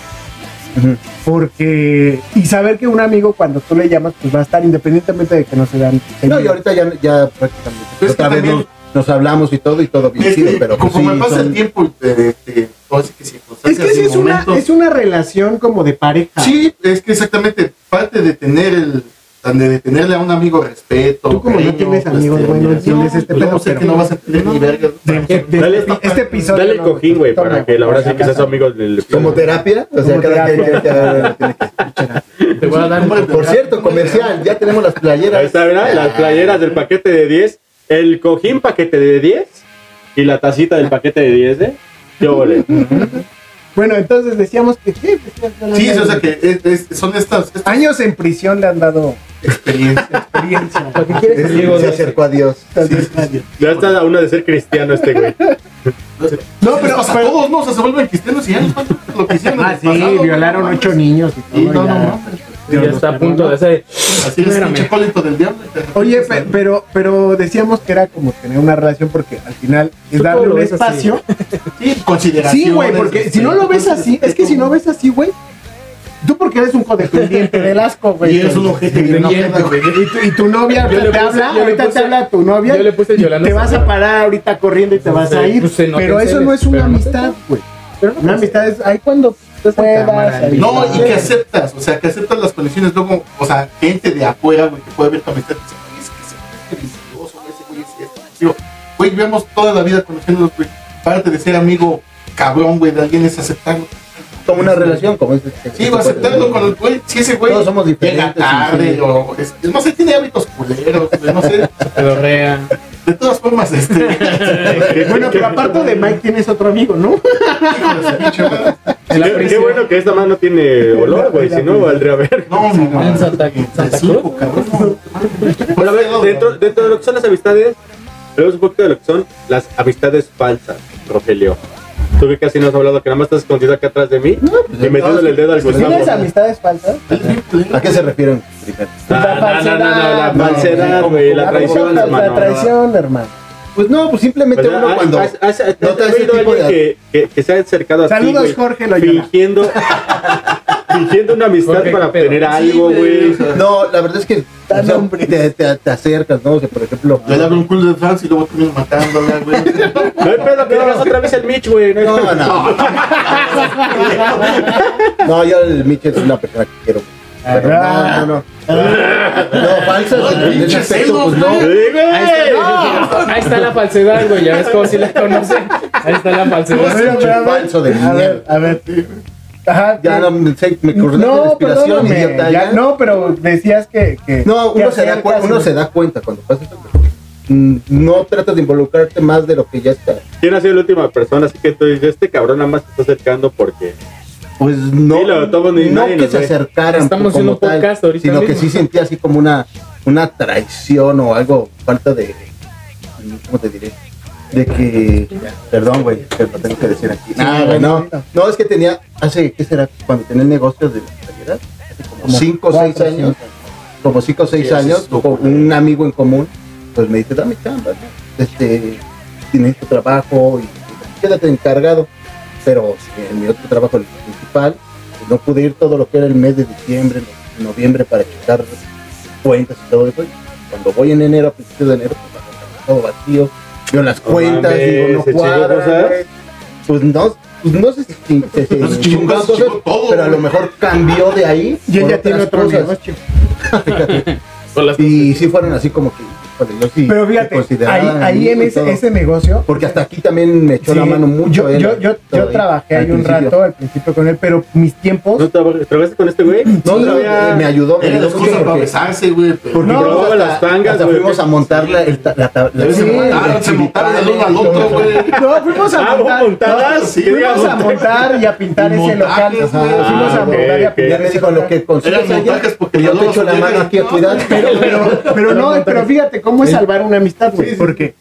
Speaker 10: Porque, y saber que un amigo cuando tú le llamas, pues va a estar independientemente de que no se vean.
Speaker 2: No, y ahorita ya, ya prácticamente.
Speaker 11: Pero es
Speaker 2: otra
Speaker 11: que
Speaker 2: vez
Speaker 11: también-
Speaker 2: nos, nos hablamos y todo, y todo bien,
Speaker 11: Es
Speaker 2: chido,
Speaker 11: que
Speaker 2: pero pues
Speaker 11: conforme
Speaker 2: sí,
Speaker 11: pasa el
Speaker 2: son-
Speaker 11: tiempo, y te- te- te- ahora sí pues, que
Speaker 10: Es
Speaker 11: circunstancias
Speaker 10: que sí
Speaker 11: y
Speaker 10: es una,
Speaker 11: momentos-
Speaker 10: es una relación como de pareja.
Speaker 11: Sí, es que exactamente parte de tener el de tenerle a un amigo respeto.
Speaker 10: Tú como no tienes
Speaker 11: pues, eh,
Speaker 10: amigos, güey, no entiendes este
Speaker 11: pedo.
Speaker 10: pedo,
Speaker 11: sé
Speaker 10: pero-
Speaker 11: que no vas pues, a tener ni verga.
Speaker 10: De- de-
Speaker 9: Dale,
Speaker 10: este, este episodio.
Speaker 9: Dale el
Speaker 10: no,
Speaker 9: cojín, güey,
Speaker 10: toma,
Speaker 9: para que la verdad sí que seas amigo del.
Speaker 2: Como terapia, o sea,
Speaker 10: Como
Speaker 2: cada quien
Speaker 10: terapia.
Speaker 2: tiene que haber- tiene que-
Speaker 7: Te voy a dar un
Speaker 2: Por cierto, comercial, ya tenemos las playeras.
Speaker 9: Ahí está, ¿verdad? Las playeras del paquete de 10, el cojín paquete de 10 y la tacita del paquete de 10, ¿eh? Yo, vole.
Speaker 10: Bueno, entonces decíamos que sí, pues, ya no
Speaker 11: Sí,
Speaker 10: había-
Speaker 11: o sea que es- es- son estas estas
Speaker 10: años en prisión le han dado
Speaker 11: experiencias.
Speaker 10: experiencia.
Speaker 7: ¿Para qué quieres amigo?
Speaker 2: Se acercó a Dios.
Speaker 10: Tal vez nadie.
Speaker 9: Ya está a una de ser cristiano este güey.
Speaker 11: No, pero pasa a todos, no, O sea, se vuelven cristianos y ya les pasa lo que hicieron. en el
Speaker 10: Ah, sí,
Speaker 11: pasado, güey,
Speaker 10: violaron
Speaker 11: no mames.
Speaker 10: ocho niños y
Speaker 11: Sí,
Speaker 10: todo.
Speaker 11: no,
Speaker 10: ya.
Speaker 11: no, mames.
Speaker 7: Ya está a punto de hacer.
Speaker 11: Así es,
Speaker 7: Espérame.
Speaker 11: pinche cólito del diablo. y te-
Speaker 10: Oye, pe- pero, pero decíamos que era como tener una relación porque al final
Speaker 7: Tú
Speaker 10: es
Speaker 7: todo
Speaker 10: darle
Speaker 7: lo
Speaker 10: un
Speaker 7: ves así.
Speaker 10: espacio.
Speaker 11: Sí, consideración.
Speaker 10: Sí, güey, porque si no lo ves así, es que si no ves así, güey, tú porque eres un codependiente del asco, güey.
Speaker 11: Y eres un ojete que no queda, güey.
Speaker 10: Y tu, y tu novia
Speaker 7: Yo le
Speaker 10: te
Speaker 7: puse-
Speaker 10: habla,
Speaker 7: yo le
Speaker 10: ahorita
Speaker 7: puse-
Speaker 10: te habla tu novia.
Speaker 7: yo le puse
Speaker 10: y
Speaker 7: Yolanda
Speaker 10: Te vas a
Speaker 7: Saavedra.
Speaker 10: parar ahorita corriendo y te vas a ir.
Speaker 7: pues, se- no te
Speaker 10: pero eso
Speaker 7: enceles,
Speaker 10: no es una
Speaker 7: pero no te
Speaker 10: amistad, güey.
Speaker 7: Pero no
Speaker 10: Una amistad es ahí cuando
Speaker 7: cámara,
Speaker 10: puedas. ahí.
Speaker 11: No, y que aceptas, o sea, que aceptas las conexiones luego, o sea, gente de afuera, güey, que puede ver tu amistad y dice, "Güey, es que ese güey es delicioso, güey, ese güey es esto". Digo, güey, llevamos toda la vida conociéndonos, güey. Parte de ser amigo cabrón, güey, de alguien es aceptarlo.
Speaker 2: Como una relación, como este, dices. que-
Speaker 11: Sí, va aceptarlo con el güey. Si Pues, ese güey
Speaker 2: Todos somos
Speaker 11: llega
Speaker 2: diferentes.
Speaker 11: tarde,
Speaker 2: y sí.
Speaker 11: o es, es más, él tiene hábitos culeros, güey, no sé.
Speaker 7: pedorrea.
Speaker 11: De todas formas, este.
Speaker 10: Bueno, pero aparte de Mike tienes otro amigo, ¿no?
Speaker 7: En la
Speaker 9: Qué, qué
Speaker 7: prisión.
Speaker 9: bueno que esta mano tiene olor, güey. Si no, valdría a ver.
Speaker 11: No, no, no.
Speaker 7: En Santa, en Santa
Speaker 11: Es
Speaker 7: Cruz.
Speaker 11: un cabrón.
Speaker 9: Bueno, a ver, dentro, dentro de lo que son las amistades, hablemos un poquito de lo que son las amistades falsas, Rogelio. Tú que casi no has hablado, que nada más estás escondido acá atrás de mí y metiéndole el dedo al Gustavo.
Speaker 10: Pues, ¿Tienes amistades falsas?
Speaker 11: Es bien culero.
Speaker 2: ¿A qué se refieren? primero?
Speaker 9: Ah, no, no, no, no, la falsedad, güey, la
Speaker 10: Ah,
Speaker 9: traición,
Speaker 10: la
Speaker 9: hermano.
Speaker 10: traición, hermano.
Speaker 2: Pues no, pues simplemente
Speaker 9: O sea,
Speaker 2: uno
Speaker 9: has-
Speaker 2: cuando.
Speaker 9: has- has- has
Speaker 2: nota ese
Speaker 9: habido
Speaker 2: tipo de-
Speaker 9: alguien que, que, que se ha acercado a ti,
Speaker 10: Saludos,
Speaker 9: güey,
Speaker 10: Jorge Loyola.
Speaker 9: fingiendo, fingiendo una amistad
Speaker 7: Jorge,
Speaker 9: para
Speaker 7: ¿qué pedo?
Speaker 9: obtener algo, güey.
Speaker 2: No, la verdad es que o sea, te, te, te acercas, ¿no? O sea, por ejemplo.
Speaker 11: Le dan un culo de trans y luego terminan matándola, güey.
Speaker 9: No hay pedo que hagas otra vez el Mitch, güey. No, hay
Speaker 2: No,
Speaker 9: pedo.
Speaker 2: no. No, yo el Mitchell es una persona que quiero. Pero
Speaker 10: Ah.
Speaker 2: no, no, no. No, falsas en- en ese aspecto, pues no.
Speaker 9: Sí, güey.
Speaker 7: Ahí está, ahí está la falsedad, güey. Ya ves cómo si la conocen. Ahí está la
Speaker 10: A
Speaker 7: falsedad.
Speaker 10: ver, a ver, a ver.
Speaker 2: falso de
Speaker 10: A ver,
Speaker 2: mierda.
Speaker 10: a ver. Ajá, eh,
Speaker 2: Ya no me, se- me corté la
Speaker 10: No,
Speaker 2: respiración,
Speaker 10: perdóname,
Speaker 2: idiota.
Speaker 10: ya,
Speaker 2: ya.
Speaker 10: no, pero decías que... que
Speaker 2: No,
Speaker 10: que
Speaker 2: uno se, da,
Speaker 10: acercas
Speaker 2: cuen- uno
Speaker 10: y-
Speaker 2: se da cuenta cuando pasa esto. mm, no tratas de involucrarte más de lo que ya está.
Speaker 9: ¿Quién ha sido la última persona? Así que tú dices, este cabrón nada más se está acercando porque...
Speaker 2: Pues no,
Speaker 9: Sí, lo tomo, ni-
Speaker 2: no
Speaker 9: nadie
Speaker 2: que
Speaker 9: nos
Speaker 2: se
Speaker 9: ve.
Speaker 2: acercaran
Speaker 9: Estamos haciendo
Speaker 2: como tal,
Speaker 9: podcast ahorita
Speaker 2: sino que
Speaker 9: mismo.
Speaker 2: sí sentía así como una, una traición o algo, falta de, ¿cómo te diré? De que, perdón, güey, que lo tengo que decir aquí. Nah, güey, no, no, es que tenía, hace, ¿qué será? Cuando tenía negocios de mentalidad, hace como 5 o 6
Speaker 10: cuatro,
Speaker 2: años, como 5 o 6
Speaker 10: Sí, así
Speaker 2: años,
Speaker 10: estuvo,
Speaker 2: con un amigo en común, pues me dice, dame chamba, ¿no? este, tienes tu trabajo y quédate encargado pero en mi otro trabajo el principal pues, no pude ir todo lo que era el mes de diciembre, no- noviembre para checar cuentas y todo eso. Y Cuando voy en enero, a principios de enero, pues, va todo vacío, veo las
Speaker 9: No
Speaker 2: cuentas,
Speaker 9: mames,
Speaker 2: digo, no
Speaker 9: se chingó
Speaker 2: cuadra,
Speaker 9: cosas.
Speaker 2: güey. pues no, pues no sé si si- si- si-
Speaker 11: No se chingó,
Speaker 2: chingó
Speaker 11: se chingó
Speaker 2: cosas,
Speaker 11: todo,
Speaker 2: pero a
Speaker 11: güey.
Speaker 2: lo mejor cambió de ahí.
Speaker 10: Y
Speaker 2: por
Speaker 10: ella tiene
Speaker 2: otras
Speaker 10: otro
Speaker 2: cosas.
Speaker 10: negocio.
Speaker 2: Fíjate. Y sí fueron así como que, híjole, yo sí
Speaker 10: Pero fíjate,
Speaker 2: me consideraba
Speaker 10: ahí, ahí
Speaker 2: amigo
Speaker 10: en
Speaker 2: y
Speaker 10: ese,
Speaker 2: todo.
Speaker 10: ese negocio.
Speaker 2: Porque hasta aquí también me echó la
Speaker 10: sí,
Speaker 2: mano mucho.
Speaker 10: Yo,
Speaker 2: él,
Speaker 10: yo, yo, yo
Speaker 2: todo,
Speaker 10: trabajé
Speaker 2: al
Speaker 10: ahí un
Speaker 2: principio.
Speaker 10: rato al principio con él, pero mis tiempos.
Speaker 9: ¿No traba- trabajaste con este güey?
Speaker 2: No,
Speaker 9: Sí,
Speaker 2: pero,
Speaker 9: había-
Speaker 2: eh, me ayudó.
Speaker 11: Era dos cosas para besarse, güey. pero-
Speaker 2: Porque
Speaker 9: No,
Speaker 2: luego hasta-
Speaker 9: las tangas,
Speaker 2: hasta
Speaker 9: güey.
Speaker 2: fuimos a montar la, el ta- la, ta- la-
Speaker 11: Se
Speaker 2: sí,
Speaker 11: montaron,
Speaker 2: el
Speaker 11: ah, se montaron del uno al
Speaker 2: chiripán,
Speaker 11: otro, güey.
Speaker 10: No, fuimos a
Speaker 9: Ah,
Speaker 10: montar.
Speaker 9: montadas,
Speaker 10: no,
Speaker 9: sí,
Speaker 10: fuimos
Speaker 9: digamos.
Speaker 10: a montar y a pintar
Speaker 11: Y
Speaker 10: ese local.
Speaker 11: montajes, güey.
Speaker 10: fuimos
Speaker 9: Ah,
Speaker 10: a montar y
Speaker 9: ok,
Speaker 10: a
Speaker 2: Ya
Speaker 9: ok.
Speaker 10: pintar
Speaker 2: me
Speaker 10: ese
Speaker 2: dijo lo
Speaker 10: local.
Speaker 2: que consigues
Speaker 11: Eran montajes porque
Speaker 2: yo
Speaker 11: las
Speaker 2: te
Speaker 11: dos
Speaker 2: echo la
Speaker 11: las
Speaker 2: mano
Speaker 11: tenían
Speaker 2: aquí a
Speaker 11: ahí,
Speaker 2: cuidar.
Speaker 10: Pero, pero, pero no, pero fíjate cómo es salvar una amistad, güey. Porque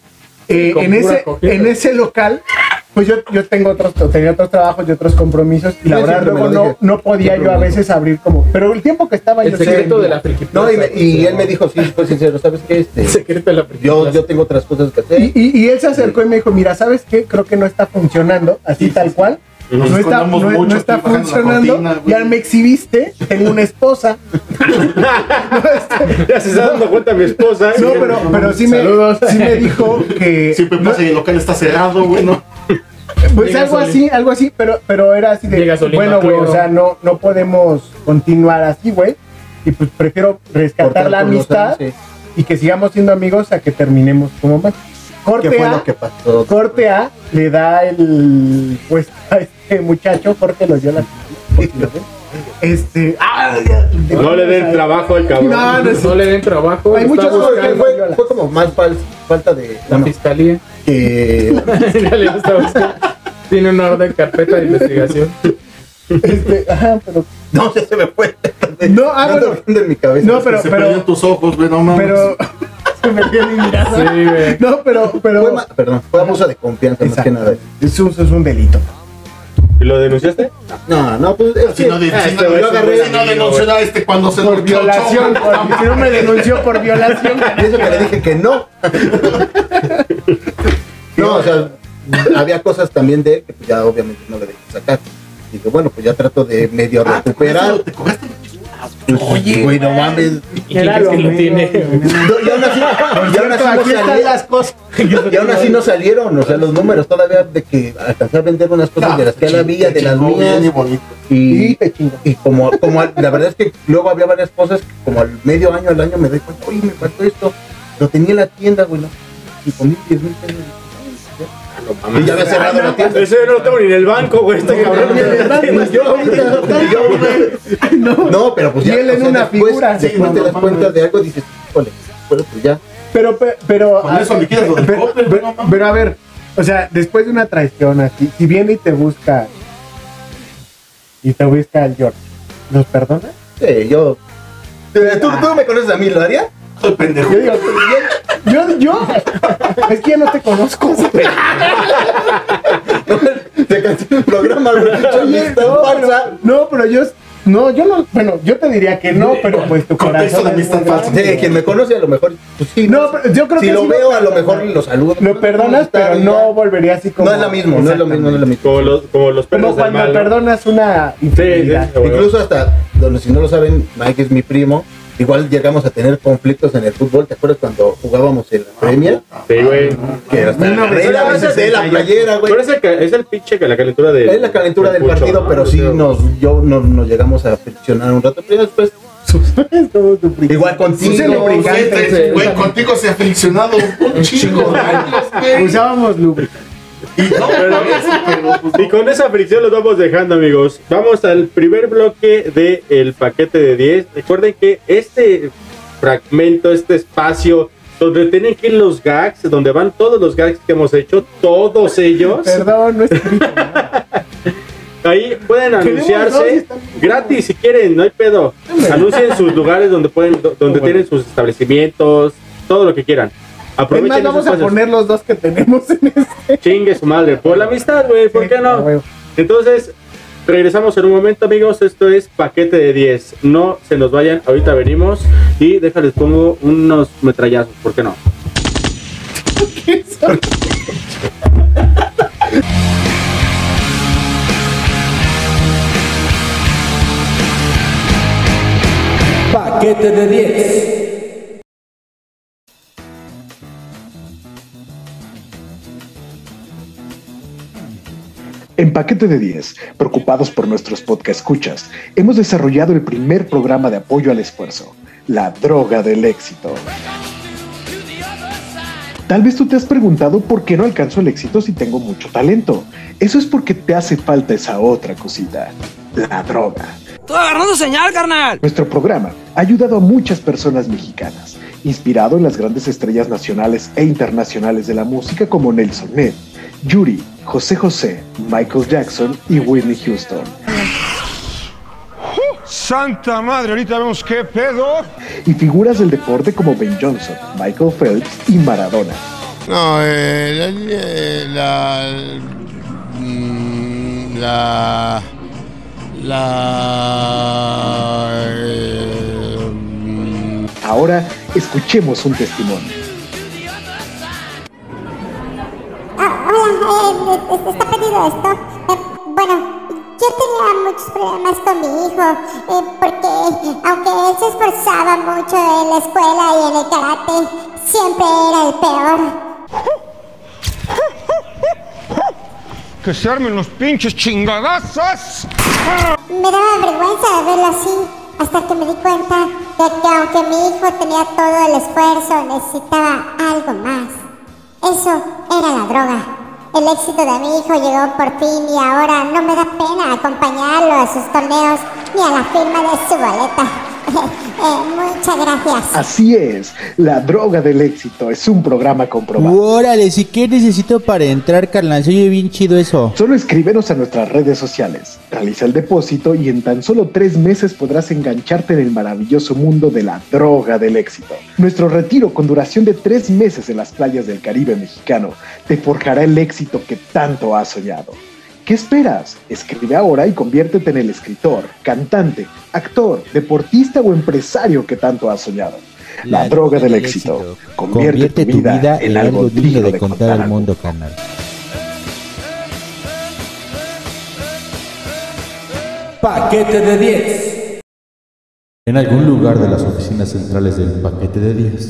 Speaker 10: eh,
Speaker 7: Con
Speaker 10: en,
Speaker 7: pura
Speaker 10: ese,
Speaker 7: cogida.
Speaker 10: en ese local, pues yo, yo tengo otros, tenía otros trabajos y otros compromisos. Y la
Speaker 2: Yo
Speaker 10: verdad,
Speaker 2: siempre me
Speaker 10: luego
Speaker 2: lo
Speaker 10: no,
Speaker 2: dije.
Speaker 10: no podía
Speaker 2: Siempre
Speaker 10: yo a
Speaker 2: me lo
Speaker 10: veces abrir como. Pero el tiempo que estaba
Speaker 7: El
Speaker 10: yo.
Speaker 7: secreto de la friki.
Speaker 2: No, y, me- y él me dijo, sí, fue sincero, ¿sabes qué? Este,
Speaker 7: El secreto de la friki.
Speaker 2: yo, yo tengo otras cosas que hacer.
Speaker 10: Y, y- y él se acercó y me dijo, mira, ¿sabes qué? Creo que no está funcionando, así tal cual. No
Speaker 11: Nos
Speaker 10: está,
Speaker 11: escondemos
Speaker 10: no- no
Speaker 11: mucho
Speaker 10: está
Speaker 11: aquí bajando la
Speaker 10: funcionando.
Speaker 11: cortina, güey.
Speaker 10: ya me exhibiste, tengo una esposa.
Speaker 9: Ya se está dando cuenta mi esposa.
Speaker 10: No, pero, pero sí, me,
Speaker 7: Saludos.
Speaker 10: sí me dijo que...
Speaker 11: Siempre pasa que el local está cerrado, güey, ¿no?
Speaker 10: Pues
Speaker 7: Llega
Speaker 10: algo
Speaker 7: solito.
Speaker 10: así, algo así, pero, pero era así de...
Speaker 7: Llega solito,
Speaker 10: Bueno, güey,
Speaker 7: claro.
Speaker 10: o sea, no, no podemos continuar así, güey. Y pues prefiero rescatar
Speaker 2: Cortar
Speaker 10: la
Speaker 2: con los
Speaker 10: amistad
Speaker 2: años,
Speaker 10: y que sigamos siendo amigos a que terminemos como más.
Speaker 2: ¿Qué
Speaker 10: Corte
Speaker 2: fue
Speaker 10: A,
Speaker 2: lo que pasó?
Speaker 10: Corte A le da el puesto a este muchacho, Corte lo dio la este ah,
Speaker 9: No le den trabajo al cabrón.
Speaker 10: No, no es-
Speaker 7: No le den trabajo.
Speaker 10: Hay
Speaker 7: lo
Speaker 10: muchos
Speaker 7: está
Speaker 2: No, porque
Speaker 7: buscando
Speaker 2: fue, fue como más fal- falta de...
Speaker 7: La
Speaker 2: bueno,
Speaker 7: fiscalía.
Speaker 2: que
Speaker 7: Ya le está buscando. Tiene una orden carpeta de investigación.
Speaker 10: este, ajá, pero
Speaker 2: no sé, se me fue.
Speaker 10: No, ah,
Speaker 2: está
Speaker 10: bueno.
Speaker 2: viendo en mi cabeza.
Speaker 10: no, pero
Speaker 11: Se
Speaker 10: pero
Speaker 11: perdían tus ojos, güey, no mames.
Speaker 10: pero se me dio mi mirada.
Speaker 7: Sí, güey.
Speaker 10: No, pero
Speaker 2: Fue
Speaker 10: pero
Speaker 2: ma- perdón, fue abuso de confianza más que
Speaker 10: Exacto.
Speaker 2: nada.
Speaker 10: Es un, es un delito.
Speaker 9: ¿Y lo denunciaste?
Speaker 2: No, no, pues es
Speaker 11: Si
Speaker 2: que-
Speaker 11: no, de,
Speaker 9: Ah,
Speaker 11: si
Speaker 9: este
Speaker 11: no,
Speaker 9: güey
Speaker 11: yo
Speaker 9: es un
Speaker 11: agarré,
Speaker 9: buen
Speaker 11: si no
Speaker 9: amigo,
Speaker 11: denunció a este cuando se
Speaker 10: Por
Speaker 11: durmió el chavo,
Speaker 10: violación,
Speaker 11: güey.
Speaker 10: por, si no me denunció por violación.
Speaker 2: Y eso que le dije que no. No, o sea, había cosas también de él que pues, ya obviamente no le dejé sacar. Dije, bueno, pues ya trato de medio
Speaker 11: Ah, te
Speaker 2: recuperar.
Speaker 11: cobraste, te cobraste.
Speaker 2: Oye, güey, no mames.
Speaker 7: ¿Y quién crees que lo tiene?
Speaker 2: No, y aún así, y aún así no
Speaker 10: Aquí están
Speaker 2: salieron.
Speaker 10: las cosas.
Speaker 2: Y aún así no salieron, o sea, los números todavía de que alcanzar a vender unas cosas de las que él había, de las
Speaker 11: Chingó bien y
Speaker 2: mías.
Speaker 11: bonito.
Speaker 2: Y,
Speaker 10: Y te chingo.
Speaker 2: y como, como al- la verdad es que luego había varias cosas, que como al medio año, al año me doy cuenta, oye, me faltó esto. Lo tenía en la tienda, güey, no. 5 mil, 10 mil pesos. Y ya había cerrado la tienda.
Speaker 9: Ese no lo tengo ni en el banco, güey. Este cabrón.
Speaker 10: ni en el banco, ni yo.
Speaker 2: No, no, pero pues
Speaker 10: Y
Speaker 2: ya.
Speaker 10: él en
Speaker 2: o sea,
Speaker 10: una
Speaker 2: después,
Speaker 10: figura.
Speaker 2: Después te das cuenta de algo y dices, híjole, bueno, pues ya.
Speaker 10: Pero, pe- pero, ah,
Speaker 11: Con eso liquidas lo del
Speaker 10: pero,
Speaker 11: copper,
Speaker 10: pero-
Speaker 11: no mames.
Speaker 10: pero a ver, o sea, después de una traición así, si viene y te busca y te busca el George, ¿nos perdona?
Speaker 2: Sí, yo. Eh, ¿Tú, tú me conoces a mí, ¿lo haría?
Speaker 11: Soy pendejo.
Speaker 10: Yo digo, yo, yo, es que ya no te conozco.
Speaker 2: Te canceló el programa, güey. pinche
Speaker 10: Oye,
Speaker 2: amistad
Speaker 10: no,
Speaker 2: falsa.
Speaker 10: pero, no, pero yo, no, yo no, bueno, yo te diría que no, pero pues tu
Speaker 11: Contexto
Speaker 10: corazón.
Speaker 11: de
Speaker 10: es
Speaker 11: amistad
Speaker 10: muy
Speaker 11: falsa.
Speaker 10: grande.
Speaker 2: Sí, quien me conoce a lo mejor, pues sí.
Speaker 10: No, pero yo creo
Speaker 2: si
Speaker 10: que
Speaker 2: lo
Speaker 10: sí
Speaker 2: veo, a lo mejor lo saludo.
Speaker 10: Lo perdonas, pero no volvería así como.
Speaker 2: No es lo mismo, no es lo mismo, no es lo mismo.
Speaker 9: Como los, como los perros
Speaker 10: Como
Speaker 9: del
Speaker 10: cuando
Speaker 9: mal. ¿no?
Speaker 10: perdonas una infidelidad.
Speaker 9: sí, güey.
Speaker 2: Incluso hasta, donde si no lo saben, Mike es mi primo. Igual llegamos a tener conflictos en el fútbol. ¿Te acuerdas cuando jugábamos en la
Speaker 10: Ah,
Speaker 2: Premier?
Speaker 9: Sí, güey.
Speaker 2: Que era hasta la playera, a veces de la playera, güey.
Speaker 9: Pero es el, ca- es el pinche que la calentura del.
Speaker 2: Es la calentura del
Speaker 9: pucho,
Speaker 2: partido,
Speaker 9: ¿no?
Speaker 2: pero sí
Speaker 9: Yo creo.
Speaker 2: nos, yo, no- nos llegamos a friccionar un rato. Pero ya después, igual contigo.
Speaker 11: Ustedes,
Speaker 10: lubricante,
Speaker 11: güey, contigo se ha friccionado un chingo de años, güey.
Speaker 10: Usábamos lubre.
Speaker 11: Y no, pero, pero, pues,
Speaker 9: Y con esa fricción los vamos dejando, amigos. Vamos al primer bloque del el paquete de 10. Recuerden que este fragmento, este espacio, donde tienen que ir los gags, donde van todos los gags que hemos hecho, todos ellos.
Speaker 13: Perdón, no es
Speaker 9: Ahí pueden anunciarse gratis si quieren, no hay pedo. Anuncien sus lugares donde pueden, donde tienen sus establecimientos, todo lo que quieran.
Speaker 13: Es
Speaker 9: Aprovechen
Speaker 13: más,
Speaker 9: esos
Speaker 13: vamos a
Speaker 9: espacios.
Speaker 13: poner los dos que tenemos en este.
Speaker 9: Chingue su madre. Por la amistad, güey. ¿Por qué no? Entonces, regresamos en un momento, amigos. Esto es paquete de 10. No se nos vayan. Ahorita venimos. Y déjales, pongo unos metrallazos. ¿Por qué no?
Speaker 14: Paquete de 10.
Speaker 10: En Paquete de 10, preocupados por nuestros podcast escuchas, hemos desarrollado el primer programa de apoyo al esfuerzo, la droga del éxito. Tal vez tú te has preguntado por qué no alcanzo el éxito si tengo mucho talento. Eso es porque te hace falta esa otra cosita, la droga.
Speaker 14: Estoy agarrando señal, carnal.
Speaker 10: Nuestro programa ha ayudado a muchas personas mexicanas, inspirado en las grandes estrellas nacionales e internacionales de la música como Nelson Ned, Yuri, José José, Michael Jackson y Whitney Houston.
Speaker 15: Santa madre, ahorita vemos qué pedo.
Speaker 10: Y figuras del deporte como Ben Johnson, Michael Phelps y Maradona.
Speaker 11: No, eh, la, eh, la, mm, la, la, eh, mm,
Speaker 10: Ahora escuchemos un testimonio.
Speaker 3: Ah, oigan, eh, eh, es- está perdido esto. Eh, bueno, yo tenía muchos problemas con mi hijo, eh, porque aunque él se esforzaba mucho en la escuela y en el karate, siempre era el peor.
Speaker 15: Que se armen los pinches chingadazos.
Speaker 3: Me daba vergüenza verlo así, hasta que me di cuenta de que aunque mi hijo tenía todo el esfuerzo, necesitaba algo más. Eso era la droga. El éxito de mi hijo llegó por fin y ahora no me da pena acompañarlo a sus torneos ni a la firma de su boleta. Eh, muchas gracias.
Speaker 10: Así es, la droga del éxito es un programa comprobado.
Speaker 16: Órale, si qué necesito para entrar, carnal? Se oye bien chido eso.
Speaker 10: Solo escríbenos a nuestras redes sociales, realiza el depósito y en tan solo tres meses podrás engancharte en el maravilloso mundo de la droga del éxito. Nuestro retiro con duración de tres meses en las playas del Caribe mexicano te forjará el éxito que tanto has soñado. ¿Qué esperas? Escribe ahora y conviértete en el escritor, cantante, actor, deportista o empresario que tanto has soñado. La, droga del éxito. Convierte, tu vida, en algo digno de contar al mundo,
Speaker 16: carnal.
Speaker 14: Paquete de 10.
Speaker 2: En algún lugar de las oficinas centrales del paquete de 10.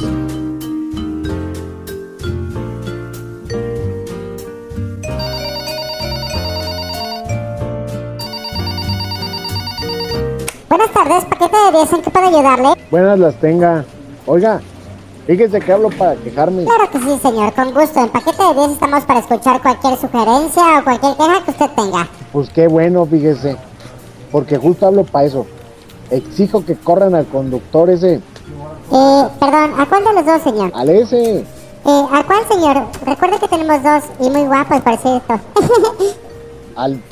Speaker 3: Buenas tardes, paquete de 10, ¿en qué puedo ayudarle?
Speaker 17: Buenas las tenga. Oiga, fíjese que hablo para quejarme.
Speaker 3: Claro que sí, señor, con gusto. En paquete de 10 estamos para escuchar cualquier sugerencia o cualquier queja que usted tenga.
Speaker 17: Pues qué bueno, fíjese. Porque justo hablo para eso. Exijo que corran al conductor ese.
Speaker 3: Eh, perdón, ¿a cuál de los dos, señor?
Speaker 17: Al ese.
Speaker 3: Eh, ¿A cuál, señor? Recuerde que tenemos dos y muy guapos, por cierto.
Speaker 17: Al.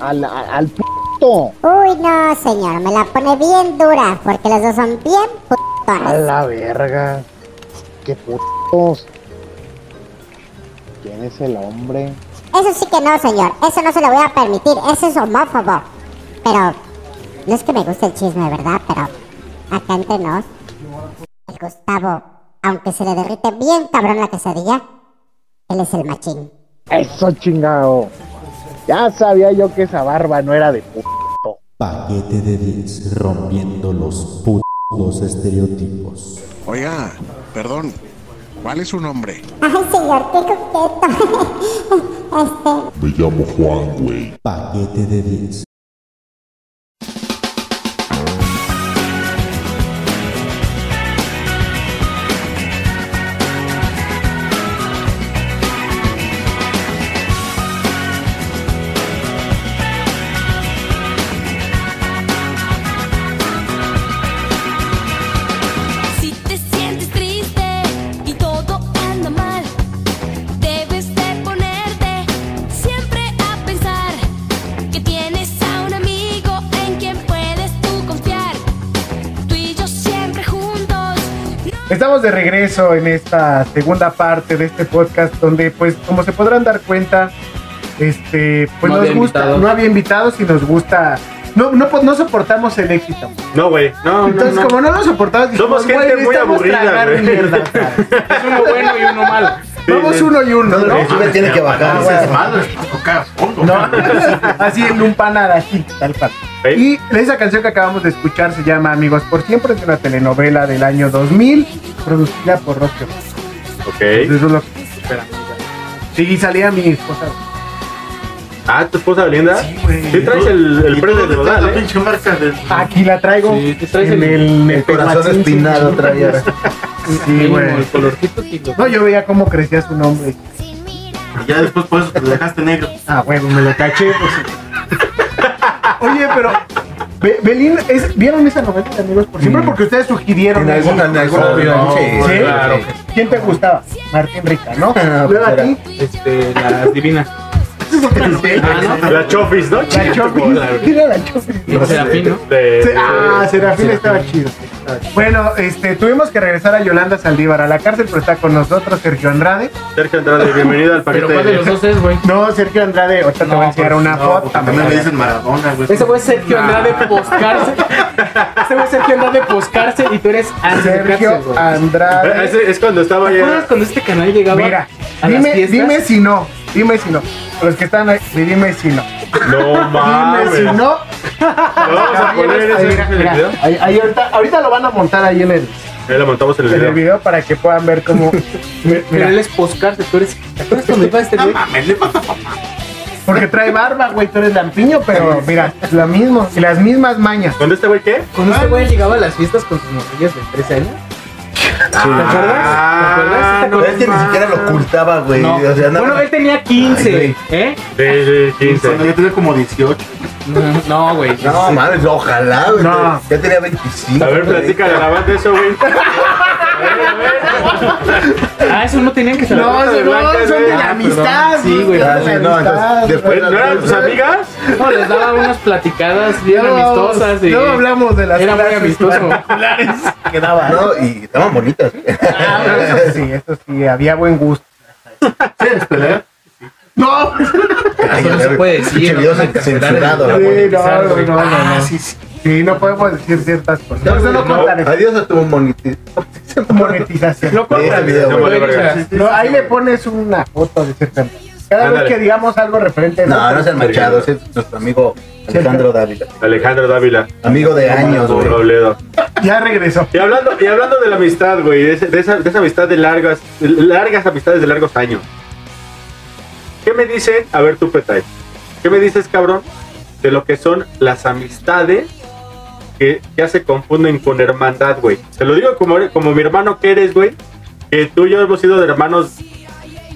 Speaker 17: Al. Al. al puto.
Speaker 3: Uy, no, señor, me la pone bien dura porque los dos son bien
Speaker 17: A
Speaker 3: putones.
Speaker 17: la verga. Qué putos. ¿Quién es el hombre?
Speaker 3: Eso sí que no, señor, eso no se lo voy a permitir, eso es homófobo. Pero, no es que me guste el chisme, ¿verdad? Pero, acá entre nos, el Gustavo, aunque se le derrite bien cabrón la quesadilla, él es el machín.
Speaker 17: Eso chingado. Ya sabía yo que esa barba no era de puto.
Speaker 2: Paquete de 10, rompiendo los putos estereotipos.
Speaker 11: Oiga, perdón, ¿cuál es su nombre?
Speaker 3: Ay, señor, qué coqueto. este,
Speaker 2: Me llamo Juan, güey. Paquete de 10.
Speaker 18: Si te sientes triste,
Speaker 10: Estamos de regreso en esta segunda parte de este podcast donde, pues, como se podrán dar cuenta, este, pues
Speaker 7: No
Speaker 10: nos
Speaker 7: había
Speaker 10: gusta,
Speaker 7: invitados.
Speaker 10: no había invitados y nos gusta, no, no, po- no soportamos el éxito.
Speaker 9: No, güey. No, no,
Speaker 10: Entonces,
Speaker 9: no.
Speaker 10: como no lo soportamos, dijimos,
Speaker 9: Somos gente
Speaker 10: "Güey,
Speaker 9: muy
Speaker 10: necesitamos
Speaker 9: aburrida,
Speaker 10: tragar
Speaker 9: güey".
Speaker 10: mierda, ¿sabes?
Speaker 7: Es uno bueno y uno malo.
Speaker 10: Vamos uno y uno, ¿no?
Speaker 2: Sí,
Speaker 7: Ah,
Speaker 2: me tiene que bajar.
Speaker 10: güey.
Speaker 2: No,
Speaker 10: Así en un pan aquí, tal cual. Y esa canción que acabamos de escuchar se llama Amigos por Siempre, es una telenovela del año 2000, producida por Rocío. Eso
Speaker 9: Ok.
Speaker 10: es lo que esperamos. güey. Sí, salía mi esposa.
Speaker 9: Ah, tu esposa Belinda. Sí,
Speaker 10: güey.
Speaker 9: traes el, el
Speaker 10: Y
Speaker 9: pre
Speaker 10: tú
Speaker 9: de
Speaker 10: dónde traes
Speaker 9: nodal,
Speaker 10: la
Speaker 9: ¿eh?
Speaker 10: pinche Aquí la traigo
Speaker 7: Sí, te traes
Speaker 10: en
Speaker 7: el-
Speaker 10: el,
Speaker 7: el corazón
Speaker 10: pegmacín,
Speaker 7: espinado
Speaker 10: sí,
Speaker 7: traía.
Speaker 10: sí, Sí, güey.
Speaker 7: El colorcito y lo-
Speaker 10: No, yo veía cómo crecía su nombre.
Speaker 11: Y ya después por eso te lo dejaste negro.
Speaker 10: Ah, bueno, me lo caché. Oye, pero. Be- Belín, es- ¿vieron esa novela de amigos por siempre? Porque ustedes sugirieron.
Speaker 2: En
Speaker 10: algo.
Speaker 2: alguna- en alguna ocasión, sí,
Speaker 10: ¿Sí?
Speaker 2: claro que
Speaker 10: ¿Quién te gustaba? Martín Rica, ¿no? Luego a ti,
Speaker 7: Este, las divinas.
Speaker 9: La Chofis, ¿no?
Speaker 10: la Chofi. ¿Quién era la Chofi?
Speaker 7: No, Serafín, ¿no?
Speaker 10: Se- ah, Serafín estaba chido. Bueno, este, tuvimos que regresar a Yolanda Saldívar a la cárcel, pero está con nosotros Sergio Andrade.
Speaker 9: Sergio Andrade, bienvenido al paquete.
Speaker 7: Pero ¿cuál de los dos es, güey?
Speaker 10: No, Sergio Andrade, ahorita te voy a enseñar una foto.
Speaker 11: También le dicen Maradona, güey.
Speaker 7: Ese güey es Sergio Andrade Poscarse. Ese güey es Sergio Andrade Poscarse y tú eres
Speaker 10: Sergio
Speaker 7: Andrade güey.
Speaker 10: Andrade.
Speaker 9: Eh, Ese es cuando estaba
Speaker 7: ¿Te acuerdas
Speaker 9: ya.
Speaker 7: cuando este canal llegaba
Speaker 10: Mira,
Speaker 7: a las
Speaker 10: dime,
Speaker 7: fiestas?
Speaker 10: dime si no, dime si no. Los que están ahí, dime si no.
Speaker 9: No
Speaker 10: Dime si
Speaker 9: mames.
Speaker 10: no.
Speaker 9: Ah, Vamos a poner
Speaker 10: Ahí,
Speaker 9: ese
Speaker 10: mira,
Speaker 9: en el
Speaker 10: mira,
Speaker 9: video.
Speaker 10: ahí- ahí ahorita, ahorita lo van a montar ahí en el,
Speaker 9: Ahí lo montamos en el
Speaker 10: en el
Speaker 9: video.
Speaker 10: video para que puedan ver cómo. mi-
Speaker 7: Pero
Speaker 10: mira,
Speaker 7: él es Poscarse, tú eres. ¿Te acuerdas cuando iba este güey?
Speaker 9: Ah,
Speaker 10: porque trae barba, güey, tú eres lampiño, pero mira, lo mismo, y las mismas mañas.
Speaker 9: ¿Cuándo este güey qué?
Speaker 7: Cuando este güey llegaba a las fiestas con sus morrillas de 13 años. ¿Te acuerdas?
Speaker 9: Ah,
Speaker 7: ¿Te acuerdas?
Speaker 9: no
Speaker 2: Es que ni siquiera lo ocultaba, güey.
Speaker 7: No.
Speaker 2: O sea, nada
Speaker 7: Bueno,
Speaker 2: más-
Speaker 7: él tenía 15, ¿eh?
Speaker 9: Ah, Sí, sí, 15.
Speaker 11: Cuando yo tenía como 18.
Speaker 7: No, güey.
Speaker 2: No, mames, ojalá, güey.
Speaker 10: No.
Speaker 2: Ya tenía 25.
Speaker 9: A ver,
Speaker 2: güey.
Speaker 9: platícale a la banda eso, güey.
Speaker 7: Ah, eso no tenían que saber.
Speaker 10: No,
Speaker 9: de
Speaker 10: no,
Speaker 9: blanca,
Speaker 10: son de
Speaker 9: güey.
Speaker 10: la
Speaker 9: Ah,
Speaker 10: amistad.
Speaker 7: perdón. Sí, güey.
Speaker 10: son
Speaker 2: Ah,
Speaker 10: de
Speaker 2: sí,
Speaker 10: la
Speaker 2: no, entonces,
Speaker 10: amistad,
Speaker 2: después
Speaker 10: güey.
Speaker 9: ¿No eran tus amigas?
Speaker 7: No, les daba unas platicadas bien
Speaker 10: Ya no-
Speaker 7: amistosas. y-
Speaker 10: No hablamos de las
Speaker 7: Era muy
Speaker 10: clases
Speaker 7: amistoso.
Speaker 10: particulares que daba.
Speaker 2: No, y estaban bonitas.
Speaker 10: Ah, bueno, eso sí, eso sí, había buen gusto. No,
Speaker 2: Ay,
Speaker 7: Eso no
Speaker 2: a
Speaker 7: se
Speaker 2: ver,
Speaker 7: puede decir,
Speaker 2: pinche
Speaker 7: no
Speaker 2: video
Speaker 7: van a cancelar el
Speaker 2: censurado,
Speaker 7: video.
Speaker 2: güey.
Speaker 10: sí, no,
Speaker 7: monetizar,
Speaker 10: no,
Speaker 7: güey.
Speaker 10: no, no, no. Sí, no podemos decir ciertas cosas.
Speaker 2: No,
Speaker 10: Eso no
Speaker 2: no,
Speaker 10: cortan eso.
Speaker 2: adiós a tu monetiz-
Speaker 10: monetización.
Speaker 7: No
Speaker 2: Ese
Speaker 7: compran,
Speaker 2: video,
Speaker 7: güey,
Speaker 9: güey.
Speaker 7: o sea,
Speaker 10: No, ahí le pones una foto de cierta. Cada
Speaker 9: Ándale.
Speaker 10: vez que digamos algo referente a eso,
Speaker 2: No, no sean manchados. Es nuestro amigo Alejandro Dávila.
Speaker 9: Alejandro Dávila.
Speaker 2: Amigo de años, güey.
Speaker 9: Robledo.
Speaker 10: ya regresó.
Speaker 9: Y hablando, y hablando de la amistad, güey, de, ese- de esa, de esa amistad de largas, de largas amistades de largos años. ¿Qué me dicen? A ver, tú, Petay. ¿Qué me dices, cabrón? De lo que son las amistades que ya se confunden con hermandad, güey. Te lo digo como, como mi hermano que eres, güey. Que tú y yo hemos sido de hermanos,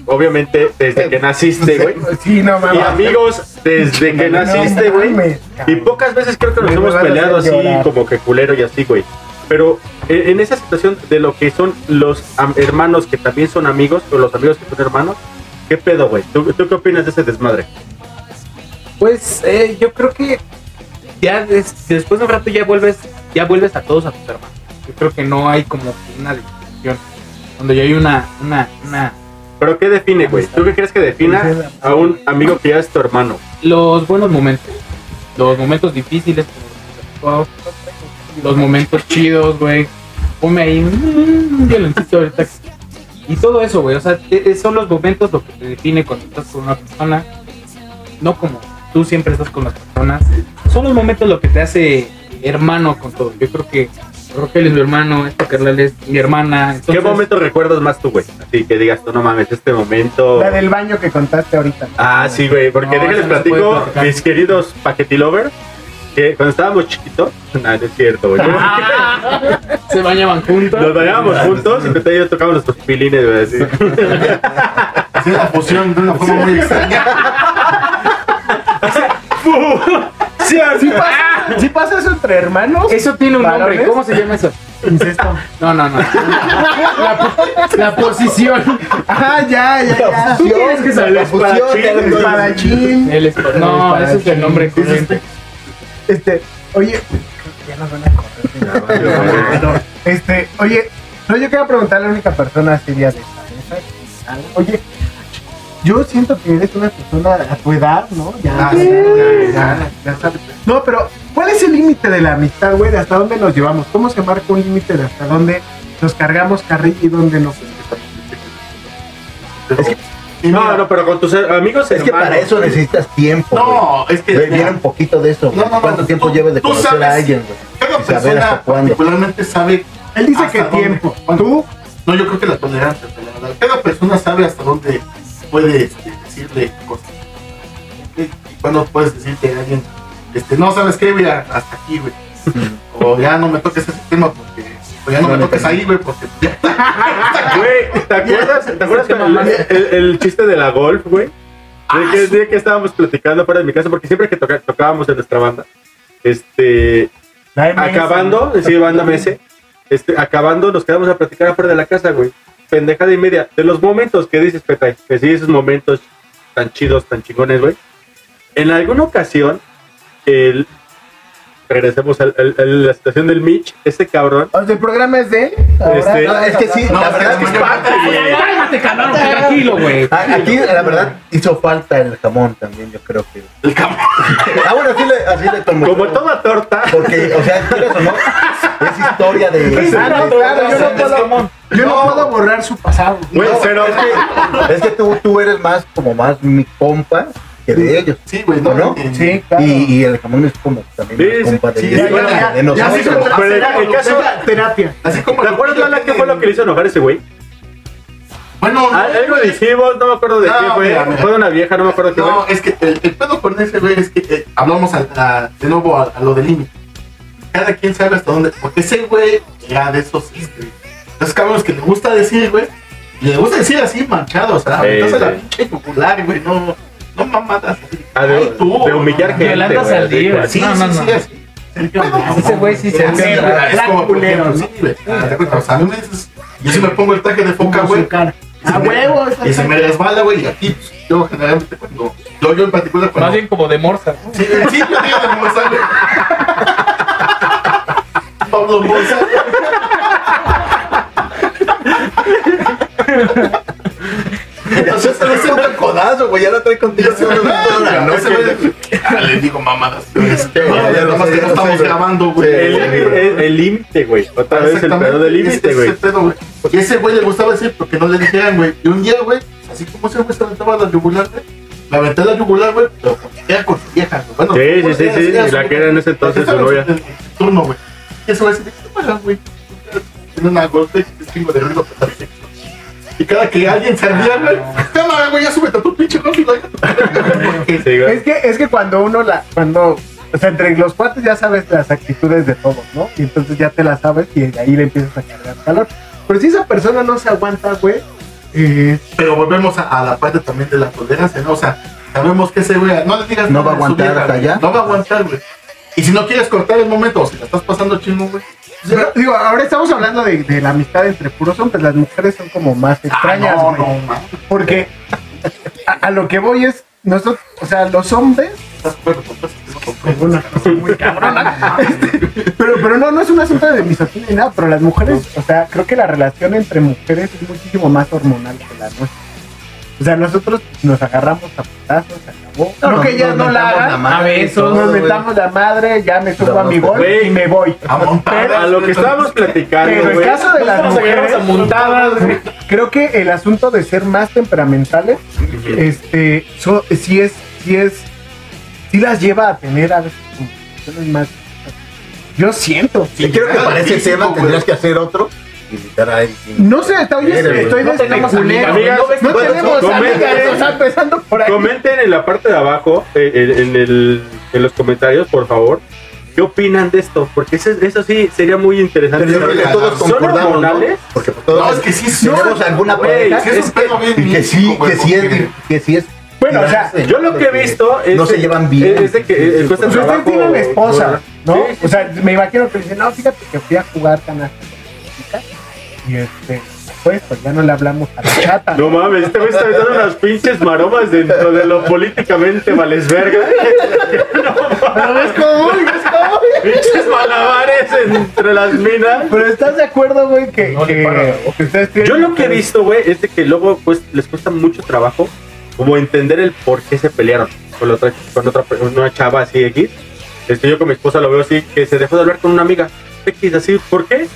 Speaker 9: obviamente, desde que naciste, güey.
Speaker 10: Sí, no
Speaker 9: Y
Speaker 10: mames.
Speaker 9: amigos, desde que
Speaker 10: No
Speaker 9: naciste, güey.
Speaker 10: mames,
Speaker 9: Y
Speaker 10: cabrón.
Speaker 9: pocas veces creo que nos
Speaker 10: Me
Speaker 9: hemos
Speaker 10: van a hacer
Speaker 9: peleado así,
Speaker 10: llorar.
Speaker 9: como que culero y así, güey. Pero eh, en esa situación de lo que son los am- hermanos que también son amigos, o los amigos que son hermanos, ¿qué pedo, güey? ¿Tú, tú qué opinas de ese desmadre?
Speaker 7: Pues eh, yo creo que ya des- después de un rato ya vuelves, ya vuelves a todos a tus hermanos. Yo creo que no hay como que una distinción. Donde ya hay una, una, una.
Speaker 9: ¿Pero qué define, güey? ¿Tú qué crees que
Speaker 10: Pues
Speaker 9: defina a un amigo que ya es tu hermano?
Speaker 7: Los buenos momentos. Los momentos difíciles. como los que pasó, Los momentos chidos, güey. Ponme ahí un un violoncito ahorita. Y todo eso, güey. O sea, e- e- son los momentos lo que te define cuando estás con una persona. No como tú siempre estás con las personas. Son los momentos lo que te hace hermano con todo. Yo creo que Rogelio es mi hermano, este carnal es mi hermana.
Speaker 9: ¿Qué
Speaker 7: entonces-
Speaker 9: momento recuerdas más tú, güey? Así que digas, tú no mames, este momento...
Speaker 10: La del baño que contaste ahorita.
Speaker 9: Ah, sí, güey, porque
Speaker 7: No,
Speaker 9: déjenles
Speaker 7: eso no se puede
Speaker 9: platico,
Speaker 7: platicar.
Speaker 9: mis queridos paquetilovers, que cuando estábamos chiquitos, nada, no es cierto, güey.
Speaker 7: Ah, se bañaban juntos.
Speaker 9: Nos bañábamos juntos y Pepe y yo tocábamos nuestros pilines, güey, así.
Speaker 11: Hacía la fusión de una forma muy extraña.
Speaker 9: Sí, así.
Speaker 10: ¿Sí pasa, sí pasa eso entre hermanos?
Speaker 7: Eso tiene un nombre.
Speaker 10: ¿Varones?
Speaker 7: ¿Cómo se llama eso?
Speaker 10: Incesto.
Speaker 7: No, no, no. La, po- la posición.
Speaker 10: Ah, ya, ya, ya.
Speaker 7: Tú tienes que saber.
Speaker 2: La fusión
Speaker 10: El
Speaker 2: de la-
Speaker 10: espadachín.
Speaker 7: El esp- no,
Speaker 10: El
Speaker 7: ese es el nombre correcto.
Speaker 10: Ah, Este, oye, ya nos van a correr. Este, oye, Pero yo quería preguntarle a la única persona seria de esta mesa. algo. Oye, yo siento que eres una persona a tu edad, ¿no? Ya, ya, ya, ya, ya sabes. No, pero ¿cuál es el límite de la amistad, güey? ¿De hasta dónde nos llevamos? ¿Cómo se marca un límite de hasta dónde nos cargamos carril y dónde no?
Speaker 9: No, no, pero con tus amigos
Speaker 2: Es que para eso necesitas tiempo.
Speaker 11: eh. No,
Speaker 2: güey.
Speaker 11: es que-
Speaker 2: Ve, Viene un poquito de eso. güey.
Speaker 11: No, no, no,
Speaker 2: ¿Cuánto
Speaker 11: tú-
Speaker 2: tiempo llevas de
Speaker 11: tú
Speaker 2: conocer
Speaker 11: sabes.
Speaker 2: a alguien, güey?
Speaker 11: Cada
Speaker 2: Y saber hasta
Speaker 11: persona
Speaker 2: cuándo.
Speaker 11: particularmente sabe.
Speaker 10: Él dice que
Speaker 11: tiempo.
Speaker 10: ¿Tú?
Speaker 11: No, yo creo que la tolerancia. pero la verdad, Cada persona sabe hasta dónde puede este, decirle cosas. ¿ok? Y cuando puedes decirte a alguien, este, no sabes qué, güey, hasta aquí, güey. o ya no me toques ese tema porque. O ya no, me toques ahí, güey, porque.
Speaker 9: Güey, ¿te acuerdas, ¿te acuerdas con el, el- el chiste de la golf, güey? De que, de que estábamos platicando fuera de mi casa, porque siempre que toca- tocábamos en nuestra banda, este. Acabando, sí, banda MS, este, acabando, nos quedamos a platicar afuera de la casa, güey. Pendejada y media. De los momentos que dices, Petay, que sí, esos momentos tan chidos, tan chingones, güey. En alguna ocasión, el. Regresemos al- al- a la situación del Mitch, este cabrón.
Speaker 10: ¿El programa es de él? Ahora-
Speaker 9: Este-
Speaker 10: No, es que sí,
Speaker 9: No, es
Speaker 10: la
Speaker 9: que
Speaker 10: verdad
Speaker 9: es
Speaker 10: es que
Speaker 9: muy
Speaker 10: parte,
Speaker 9: parte,
Speaker 10: güey.
Speaker 9: güey.
Speaker 7: Cálmate, cabrón, tranquilo, güey.
Speaker 2: A- Aquí, la verdad, hizo falta el jamón también, yo creo que. El jamón. Ah, bueno, así le, así le tomo.
Speaker 9: Como toda torta.
Speaker 2: Porque, o sea, quieras o no, es historia de.
Speaker 10: Claro, claro, yo no puedo- Yo no puedo borrar su pasado.
Speaker 2: Güey, pero es que, es que tú, tú eres más como más mi compa que de ellos.
Speaker 11: Sí, güey,
Speaker 2: no, no? Sí, claro. Y, y el jamón es como también
Speaker 9: Sí,
Speaker 2: más
Speaker 9: sí,
Speaker 2: compa de
Speaker 9: sí,
Speaker 2: ellos.
Speaker 9: ya, ya, ya,
Speaker 2: de
Speaker 9: ya,
Speaker 2: nosotros.
Speaker 9: sí, pero- pero el- el caso-
Speaker 10: terapia.
Speaker 9: ¿Te acuerdas, Lala, qué fue lo que le hizo enojar a ese güey?
Speaker 11: Bueno,
Speaker 9: Ah, algo dijimos, no me acuerdo de
Speaker 11: No,
Speaker 9: qué fue.
Speaker 11: mira, mira.
Speaker 9: Fue de una vieja, no me acuerdo qué fue.
Speaker 11: No, es que el, el pedo con ese, güey, es que eh, hablamos a- a- de nuevo a, a lo del límite. Cada quien sabe hasta dónde. Porque ese güey era de esos, este, los cabros que le gusta decir, güey. y Le gusta decir así manchado, o sea,
Speaker 9: Sí,
Speaker 11: entonces la
Speaker 9: sí.
Speaker 11: pinche popular, güey, no, no mamadas.
Speaker 9: Ah, de,
Speaker 11: Ay, tú,
Speaker 9: de humillar
Speaker 11: no,
Speaker 9: gente.
Speaker 11: Yolanda
Speaker 9: güey, así,
Speaker 11: Saldívar.
Speaker 9: güey.
Speaker 11: Sí,
Speaker 9: No,
Speaker 11: sí,
Speaker 9: no,
Speaker 11: sí,
Speaker 9: no.
Speaker 11: es-
Speaker 7: Ese güey sí se
Speaker 11: Sí,
Speaker 7: hace.
Speaker 11: güey, es como culero, ¿no? Ah, te cuento, o sea, a mí me dices, yo sí me pongo el traje de foca, güey. A
Speaker 10: huevo,
Speaker 11: Y se me resbala, güey, y aquí, pues, yo generalmente cuando, yo, yo en particular cuando...
Speaker 7: Más bien como de morsa.
Speaker 11: Sí, sí, yo digo de Mozart, güey. Pablo Mozart. Entonces se le hace un codazo, güey, ya la trae contigo. Ese güey, ese güey, ah, le digo mamadas. pero es que,
Speaker 9: Ya, ya
Speaker 11: nada
Speaker 9: lo
Speaker 11: más
Speaker 9: sé,
Speaker 11: que no
Speaker 9: ya lo
Speaker 11: estamos
Speaker 9: sé, güey.
Speaker 11: grabando, güey.
Speaker 9: El- el- El límite, güey. Otra vez el
Speaker 11: Exactamente,
Speaker 9: pedo del
Speaker 11: ese-
Speaker 9: límite,
Speaker 11: ese
Speaker 9: güey.
Speaker 11: pedo, güey. Y ese güey le gustaba decir porque no le dijeran, güey. Y un día, güey, así como ese güey se aventaba la yugular, güey. Me aventé la yugular, güey, pero porque era con su vieja, güey. Bueno,
Speaker 9: Sí, sí,
Speaker 11: porque
Speaker 9: sí,
Speaker 11: era-
Speaker 9: sí.
Speaker 11: era
Speaker 9: y
Speaker 11: su-
Speaker 9: La que era en ese entonces su
Speaker 11: estaba
Speaker 9: novia.
Speaker 11: en su Turno, güey. Y ese güey se dice, "Tómala, güey. Tiene una golpe y un chingo de ruido, pero así. Y cada que alguien se ardía, güey, cámara, güey, ya súbete a tu pinche cosa y la
Speaker 2: este,
Speaker 10: Es que, es que cuando uno la, cuando, o sea, entre los cuates ya sabes las actitudes de todos, ¿no? Y entonces ya te las sabes y de ahí le empiezas a cargar calor. Pero si esa persona no se aguanta, güey, eh,
Speaker 11: Pero volvemos a, a la parte también de la tolerancia, ¿no? O sea, sabemos que ese güey, no le digas
Speaker 2: No va a
Speaker 11: nada su
Speaker 2: aguantar
Speaker 11: vieja,
Speaker 2: hasta
Speaker 11: güey.
Speaker 2: allá.
Speaker 11: No va a aguantar, güey. Y si no quieres cortar el momento, o si la estás pasando chino, güey.
Speaker 10: pero, digo, ahora estamos hablando de, de la amistad entre puros hombres, las mujeres son como más extrañas,
Speaker 11: no,
Speaker 10: güey. porque a, a lo que voy es, nosotros, o sea, los hombres Es una cosa muy cabrona. Este, pero, pero no, no es un asunto de misoginia ni nada, pero las mujeres, o sea, creo que la relación entre mujeres es muchísimo más hormonal que la nuestra. O sea, nosotros nos agarramos a putazos, se acabó.
Speaker 2: No,
Speaker 10: No, que
Speaker 2: nos-
Speaker 10: ya
Speaker 2: nos
Speaker 10: no la
Speaker 2: mentamos la
Speaker 10: hagan.
Speaker 2: madre, todo,
Speaker 10: Nos
Speaker 2: güey.
Speaker 10: metamos la madre, ya me subo
Speaker 2: No,
Speaker 10: a mi
Speaker 2: no,
Speaker 10: gol
Speaker 9: güey.
Speaker 10: y me voy.
Speaker 2: este,
Speaker 9: Pero- A lo que estábamos platicando,
Speaker 10: Pero en
Speaker 9: güey.
Speaker 10: caso de las
Speaker 7: Nos agarramos
Speaker 10: mujeres,
Speaker 7: a montadas, güey.
Speaker 10: creo que el asunto de ser más temperamentales, este, so- sí es, sí es, sí las lleva a tener a veces como situaciones más. Yo siento.
Speaker 2: Y creo que para ese tema tendrías que hacer otro. Y invitar a él.
Speaker 10: No sé, está oye,
Speaker 2: Eres,
Speaker 10: estoy
Speaker 2: güey.
Speaker 10: de culero.
Speaker 9: amigas.
Speaker 10: no, no
Speaker 9: Bueno,
Speaker 10: tenemos
Speaker 9: comenten.
Speaker 10: amigas, o sea, empezando por ahí.
Speaker 9: Comenten en la parte de abajo, eh, en, en el- en los comentarios, por favor. ¿Qué opinan de esto? Porque eso, eso sí sería muy interesante.
Speaker 2: Pero yo creo que
Speaker 9: saber.
Speaker 2: todos
Speaker 9: ¿Son
Speaker 2: concordamos, ¿no?
Speaker 9: hormonales?
Speaker 2: Porque pues, todos
Speaker 11: No, es que sí, sí,
Speaker 2: tenemos
Speaker 11: no,
Speaker 2: alguna
Speaker 9: güey,
Speaker 2: pareja
Speaker 9: es que es un pedo bien
Speaker 2: y que sí,
Speaker 11: místico,
Speaker 2: que sí es,
Speaker 11: güey,
Speaker 2: que sí es.
Speaker 10: Bueno, o sea,
Speaker 2: tirarse,
Speaker 9: Yo lo que he
Speaker 2: porque
Speaker 9: visto es
Speaker 2: no se
Speaker 9: que-
Speaker 2: llevan bien.
Speaker 9: es de que, eh,
Speaker 2: Sí,
Speaker 9: cuesta
Speaker 10: Pues usted
Speaker 9: trabajo-
Speaker 10: tiene una esposa, ¿no?
Speaker 9: Sí, sí,
Speaker 10: O sea, me imagino que le dicen, no, fíjate que fui a jugar canasta con la chica y este, pues, pues ya no le hablamos a la chata.
Speaker 9: No mames, este güey está metiendo unas pinches maromas dentro de lo políticamente valesverga.
Speaker 10: Pero ves cómo voy, ves cómo voy.
Speaker 9: Pinches malabares entre las minas.
Speaker 10: Pero estás de acuerdo, güey, que, que- que ustedes tienen-
Speaker 9: Yo lo que he visto, güey, es de que luego pues, les cuesta mucho trabajo como entender el por qué se pelearon con, la otra, con otra, una chava así X. Este, yo con mi esposa lo veo así, que se dejó de hablar con una amiga X, así, ¿por qué?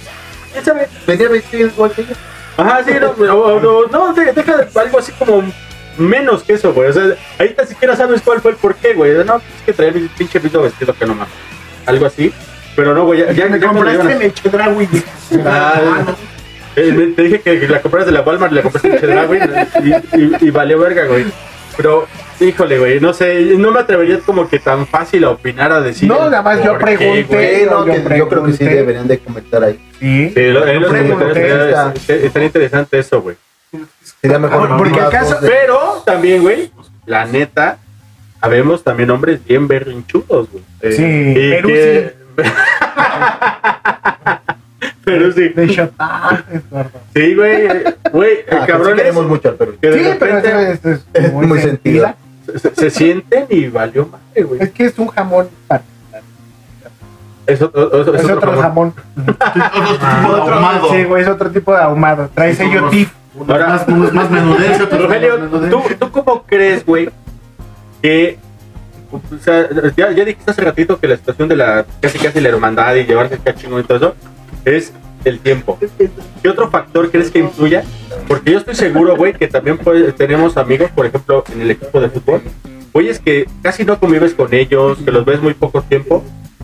Speaker 9: ¿Quién sabe? Venía vestido igual que ella. Ajá, sí, no, no, no, no, de- deja de- algo así como menos que eso, güey. O sea, ahí ni siquiera sabes cuál fue el por qué, güey. No, es que traía mi pinche pito vestido que no mames. Algo así. Pero no, güey, ya, ya, ya cuando
Speaker 11: compraste
Speaker 9: le llevan a-
Speaker 11: en el Chedraui.
Speaker 9: Ah, eh, me- te dije que la compras de la Walmart, la compraste en Chedraui y, y, y valió verga, güey. Pero, híjole, güey, no sé, no me atrevería como que tan fácil a opinar a decir.
Speaker 2: No,
Speaker 9: el
Speaker 2: nada más yo
Speaker 9: por qué,
Speaker 2: pregunté,
Speaker 9: güey.
Speaker 2: no, que- yo creo que sí deberían de comentar ahí.
Speaker 10: Sí,
Speaker 9: eh, lo- en los
Speaker 2: Pregunté,
Speaker 9: comentarios
Speaker 2: está.
Speaker 9: está- está interesante eso, güey.
Speaker 2: Sería mejor.
Speaker 9: Ah, Porque
Speaker 2: más
Speaker 9: acaso,
Speaker 2: voz de-
Speaker 9: pero también, güey, la neta, habemos también hombres bien berrinchudos, güey. Eh,
Speaker 10: Sí,
Speaker 9: y
Speaker 10: Perú
Speaker 9: que- Perú sí.
Speaker 10: De ah, chotates, gordo.
Speaker 9: Sí, güey. eh, Güey, el
Speaker 2: Ah, que
Speaker 9: cabrón
Speaker 2: sí queremos mucho al perro.
Speaker 9: que de
Speaker 10: Sí, pero
Speaker 9: repente
Speaker 10: eso es, es muy,
Speaker 2: Muy
Speaker 10: sentido.
Speaker 2: sentido.
Speaker 9: se, se sienten y valió madre, güey.
Speaker 10: Es que es un jamón. par-
Speaker 9: Es otro, es otro
Speaker 10: Es, otro
Speaker 9: jamón. Ah,
Speaker 10: jamón. Sí, güey, es otro tipo de ahumado. Trae
Speaker 11: Sí,
Speaker 10: sello
Speaker 11: unos-
Speaker 10: TIF.
Speaker 9: Ahora-
Speaker 11: Más, unos más menudense, otros
Speaker 9: Rogelio,
Speaker 11: más
Speaker 9: ¿tú, ¿tú cómo crees, güey, que... O sea, ya, ya dijiste hace ratito que la situación de la casi casi la hermandad y llevarse el cachingón y todo eso es el tiempo. ¿Qué otro factor crees que influya? Porque yo estoy seguro, güey, que también pues, tenemos amigos, por ejemplo, en el equipo de fútbol, güey, es que casi no convives con ellos, que los ves muy poco tiempo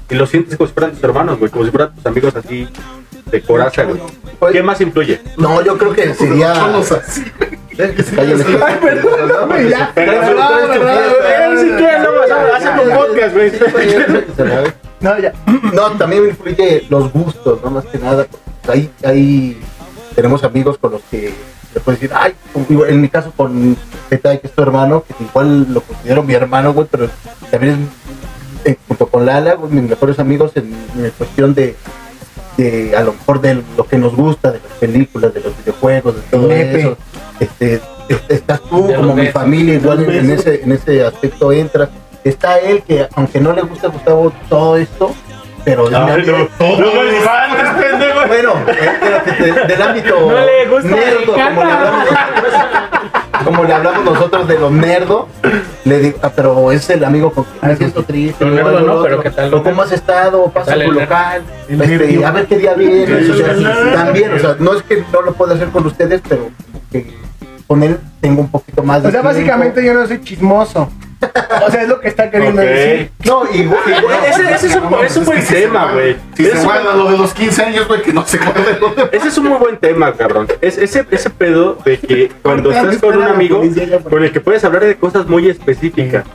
Speaker 9: y los sientes como si fueran tus hermanos, güey, como si fueran tus amigos así de coraza, güey. ¿Qué más influye?
Speaker 2: No, yo creo que sería. Deja que se calle el ejemplo. No, güey, ya.
Speaker 9: Pero,
Speaker 2: No,
Speaker 9: pero,
Speaker 2: no,
Speaker 9: pero,
Speaker 2: no,
Speaker 9: pero,
Speaker 2: no,
Speaker 9: ni siquiera
Speaker 2: no,
Speaker 9: lo vas a-
Speaker 2: ya,
Speaker 9: hacen
Speaker 2: ya,
Speaker 9: un
Speaker 2: ya.
Speaker 9: podcast, güey.
Speaker 2: Sí, güey, ya, se la ve. No, ya. No, también influye los gustos, no más que nada. Ahí, ahí tenemos amigos con los que le puedes decir, ay, como- en mi caso con Peta, que es tu hermano, que igual lo considero mi hermano, güey, pero también es, eh, junto con Lala, güey, mis mejores amigos en, en cuestión de, de, a lo mejor de lo que nos gusta, de las películas, de los videojuegos, de todo
Speaker 10: Nepe.
Speaker 2: eso. Este, es- estás tú
Speaker 10: De los
Speaker 2: como mi
Speaker 10: besos.
Speaker 2: familia, igual
Speaker 10: Los
Speaker 2: en
Speaker 10: besos.
Speaker 2: ese, en ese aspecto entra. Está él que, aunque no le gusta a Gustavo todo esto, pero es mi
Speaker 9: Ay,
Speaker 2: amigo.
Speaker 9: no. No me levantes, pendejo.
Speaker 2: Bueno, eh, pero que te- del ámbito
Speaker 9: No le gusta, le
Speaker 2: nerdo, como le
Speaker 9: encanta.
Speaker 2: hablamos nosotros- como le hablamos nosotros de los nerdos, le digo, ah, pero es el amigo con quien me siento triste.
Speaker 7: Lo
Speaker 2: o
Speaker 7: nerdo
Speaker 2: algo,
Speaker 7: no,
Speaker 2: lo
Speaker 7: pero
Speaker 2: otro.
Speaker 7: ¿qué tal lo
Speaker 2: O cómo has estado, pasa
Speaker 7: tal
Speaker 2: tu
Speaker 7: el nerdo?
Speaker 2: local,
Speaker 10: El
Speaker 2: este,
Speaker 10: nervio.
Speaker 2: a ver qué día vienes, o sea,
Speaker 10: El nervio.
Speaker 2: también, o sea, no es que no lo pueda hacer con ustedes, pero que con él tengo un poquito más de
Speaker 10: O sea,
Speaker 2: tiempo.
Speaker 10: básicamente yo no soy chismoso. O sea, es lo que está queriendo
Speaker 9: Ok.
Speaker 10: decir.
Speaker 2: No, igual, igual
Speaker 9: Ese, ese es un, es un buen tema, güey.
Speaker 11: Si
Speaker 9: Ese
Speaker 11: se
Speaker 9: es un-
Speaker 11: guarda lo de los 15 años, güey, que no se guarde. lo de-
Speaker 9: Ese es un muy buen tema, cabrón. Es, ese, ese pedo de que cuando estás con un amigo con el que puedes hablar de cosas muy específicas.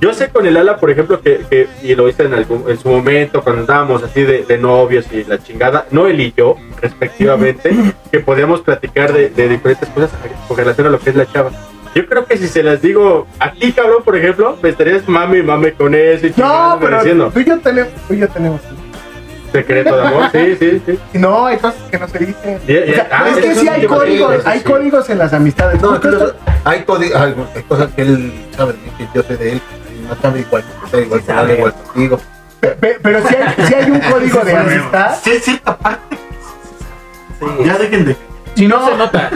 Speaker 9: Yo sé con el ala, por ejemplo, que, que- y lo hice en, algún- en su momento, cuando andábamos así de, de novios y la chingada, Noel y yo, respectivamente, que podíamos platicar de, de diferentes cosas con relación a lo que es la chava. Yo creo que si se las digo a ti, cabrón, por ejemplo, me estarías mame y mame con eso y
Speaker 10: No,
Speaker 9: chingándome
Speaker 10: pero
Speaker 9: diciendo,
Speaker 10: tú y yo tenemos. Tú y yo tenemos.
Speaker 9: secreto de amor, sí, sí, sí.
Speaker 10: No, hay cosas que no se dicen.
Speaker 9: Y- y-
Speaker 10: O sea,
Speaker 9: ah,
Speaker 10: es
Speaker 9: eso
Speaker 10: que
Speaker 9: es
Speaker 10: sí
Speaker 9: un
Speaker 10: hay
Speaker 9: tema, sí,
Speaker 10: códigos,
Speaker 9: eso
Speaker 10: hay
Speaker 9: sí.
Speaker 10: códigos en las amistades.
Speaker 2: No,
Speaker 10: Justo
Speaker 2: es que
Speaker 10: esto-
Speaker 2: los- hay, codi- hay- hay cosas que él sabe de mí, que yo sé de él, y no sabe igual que usted, igual que nadie, igual contigo.
Speaker 10: pe- pe- pero sí hay, sí hay un código de amistad.
Speaker 11: Sí, hay cierta parte. Ya dejen de.
Speaker 7: Si no, se nota.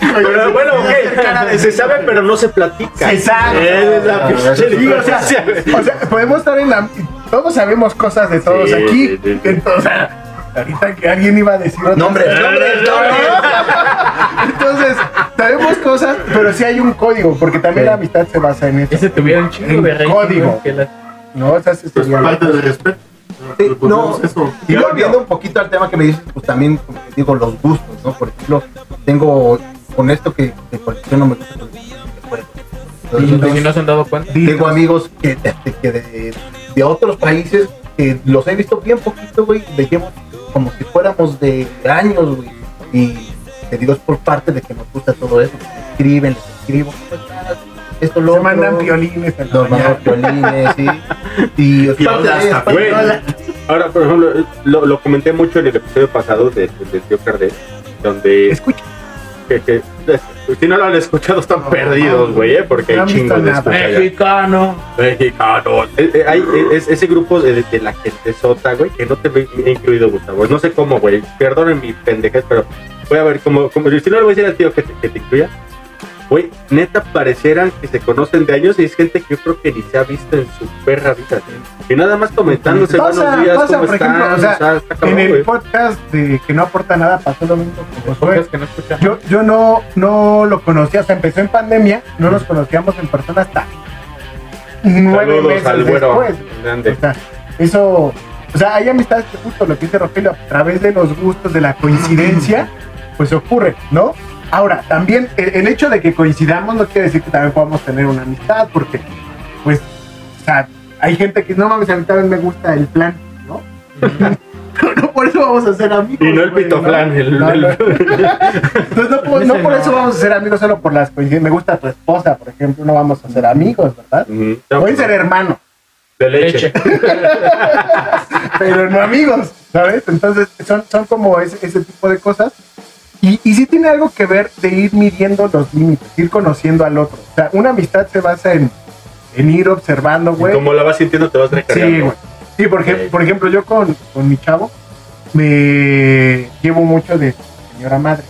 Speaker 9: Pero bueno, ok, se sabe, pero no se platica.
Speaker 10: Exacto.
Speaker 9: Esa es
Speaker 11: Ah,
Speaker 9: la pinche
Speaker 10: Sí, o, sea,
Speaker 9: diferencia, güey.
Speaker 10: o sea, podemos estar en la. Todos sabemos cosas de todos
Speaker 9: Sí,
Speaker 10: aquí.
Speaker 9: sí, sí, sí.
Speaker 10: Entonces, o sea, ahorita que alguien iba a decir otra
Speaker 2: Nombres, nombres, nombres.
Speaker 10: Entonces, sabemos cosas, pero sí hay un código, porque también la amistad se basa en eso.
Speaker 7: Ese tuviera un chingo de rating,
Speaker 10: Código.
Speaker 7: güey, que la-
Speaker 10: No, o sea, sí sería-
Speaker 11: Parte Pues, de respeto.
Speaker 2: Sí, no,
Speaker 11: Recordemos eso.
Speaker 2: y volviendo un poquito al tema que me dices, pues también, como te digo, los gustos, ¿no? Por ejemplo, tengo con esto que de colección no me gusta. pues, bueno, entonces,
Speaker 7: Dildos, Si no se han dado cuenta.
Speaker 2: Tengo amigos que, este, que de, de otros países que los he visto bien poquito, güey, y les llevo como si fuéramos de años, güey. Y te digo, es por parte de que nos gusta todo eso. Me escriben, les escribo. "¿Cómo estás? Esto lo
Speaker 10: Se
Speaker 2: otro".
Speaker 10: mandan violines. en la
Speaker 2: Nos mandan
Speaker 10: mañana.
Speaker 2: violines, sí. Y es parte de-
Speaker 11: Violas
Speaker 2: es parte de-
Speaker 9: también. Ahora, por ejemplo, eh, lo, lo comenté mucho en el episodio pasado de, de- del tío Cardés, donde
Speaker 10: Escucha.
Speaker 9: que, que- si no lo han escuchado están perdidos, güey, eh, porque
Speaker 7: No
Speaker 9: hay
Speaker 7: han visto
Speaker 9: chingos de
Speaker 7: nada.
Speaker 9: escucha ya.
Speaker 7: Mexicano.
Speaker 9: Mexicanos. Eh, eh, hay- eh, es- ese grupo de, de la gente sota, güey, que no te ve he incluido, Gustavo. No sé cómo, güey. Perdonen mi pendejez, pero voy a ver cómo. cómo si no le voy a decir al tío que te, que te incluya. Güey, neta parecieran que se conocen de años y es gente que yo creo que ni se ha visto en su perra vida. Y nada más comentándose
Speaker 10: Pasa,
Speaker 9: buenos días,
Speaker 10: pasa,
Speaker 9: ¿cómo
Speaker 10: por
Speaker 9: están?
Speaker 10: ejemplo, o sea,
Speaker 9: está
Speaker 10: en
Speaker 9: cabrón,
Speaker 10: el
Speaker 9: güey.
Speaker 10: podcast de que no aporta nada pasó lo mismo con Josué.
Speaker 7: que no escucha.
Speaker 10: Yo, yo no, no lo conocía, o sea, empezó en pandemia, no nos conocíamos en persona hasta nueve
Speaker 9: Saludos
Speaker 10: meses
Speaker 9: al güero.
Speaker 10: después.
Speaker 9: Grande.
Speaker 10: O sea, eso, o sea, hay amistades que justo lo que dice Rogelio, a través de los gustos, de la coincidencia, pues ocurre, ¿no? Ahora, también e, el, el hecho de que coincidamos no quiere decir que también podamos tener una amistad, porque, pues, o sea, hay gente que no mames, a mí también me gusta el plan, ¿no? Pero no por eso vamos a ser amigos.
Speaker 9: Y no el
Speaker 10: güey,
Speaker 9: pitoflan, el-
Speaker 10: No,
Speaker 9: el-
Speaker 10: no. Entonces, no, por- no
Speaker 9: Ese
Speaker 10: por
Speaker 9: no.
Speaker 10: eso vamos a ser amigos solo por las coincidencias. Me gusta tu esposa, por ejemplo, no vamos a ser amigos, ¿verdad?
Speaker 9: Ujú.
Speaker 10: Pueden ser hermanos.
Speaker 9: De leche.
Speaker 10: pero no amigos, ¿sabes? Entonces son, son como ese, ese tipo de cosas. Y, y sí tiene algo que ver de ir midiendo los límites, ir conociendo al otro. O sea, una amistad se basa en, en ir observando, güey.
Speaker 9: Como la vas sintiendo, te vas recargando.
Speaker 10: Sí, güey. Sí, por, ejem- por ejemplo, yo con, con mi chavo me llevo mucho de señora madre.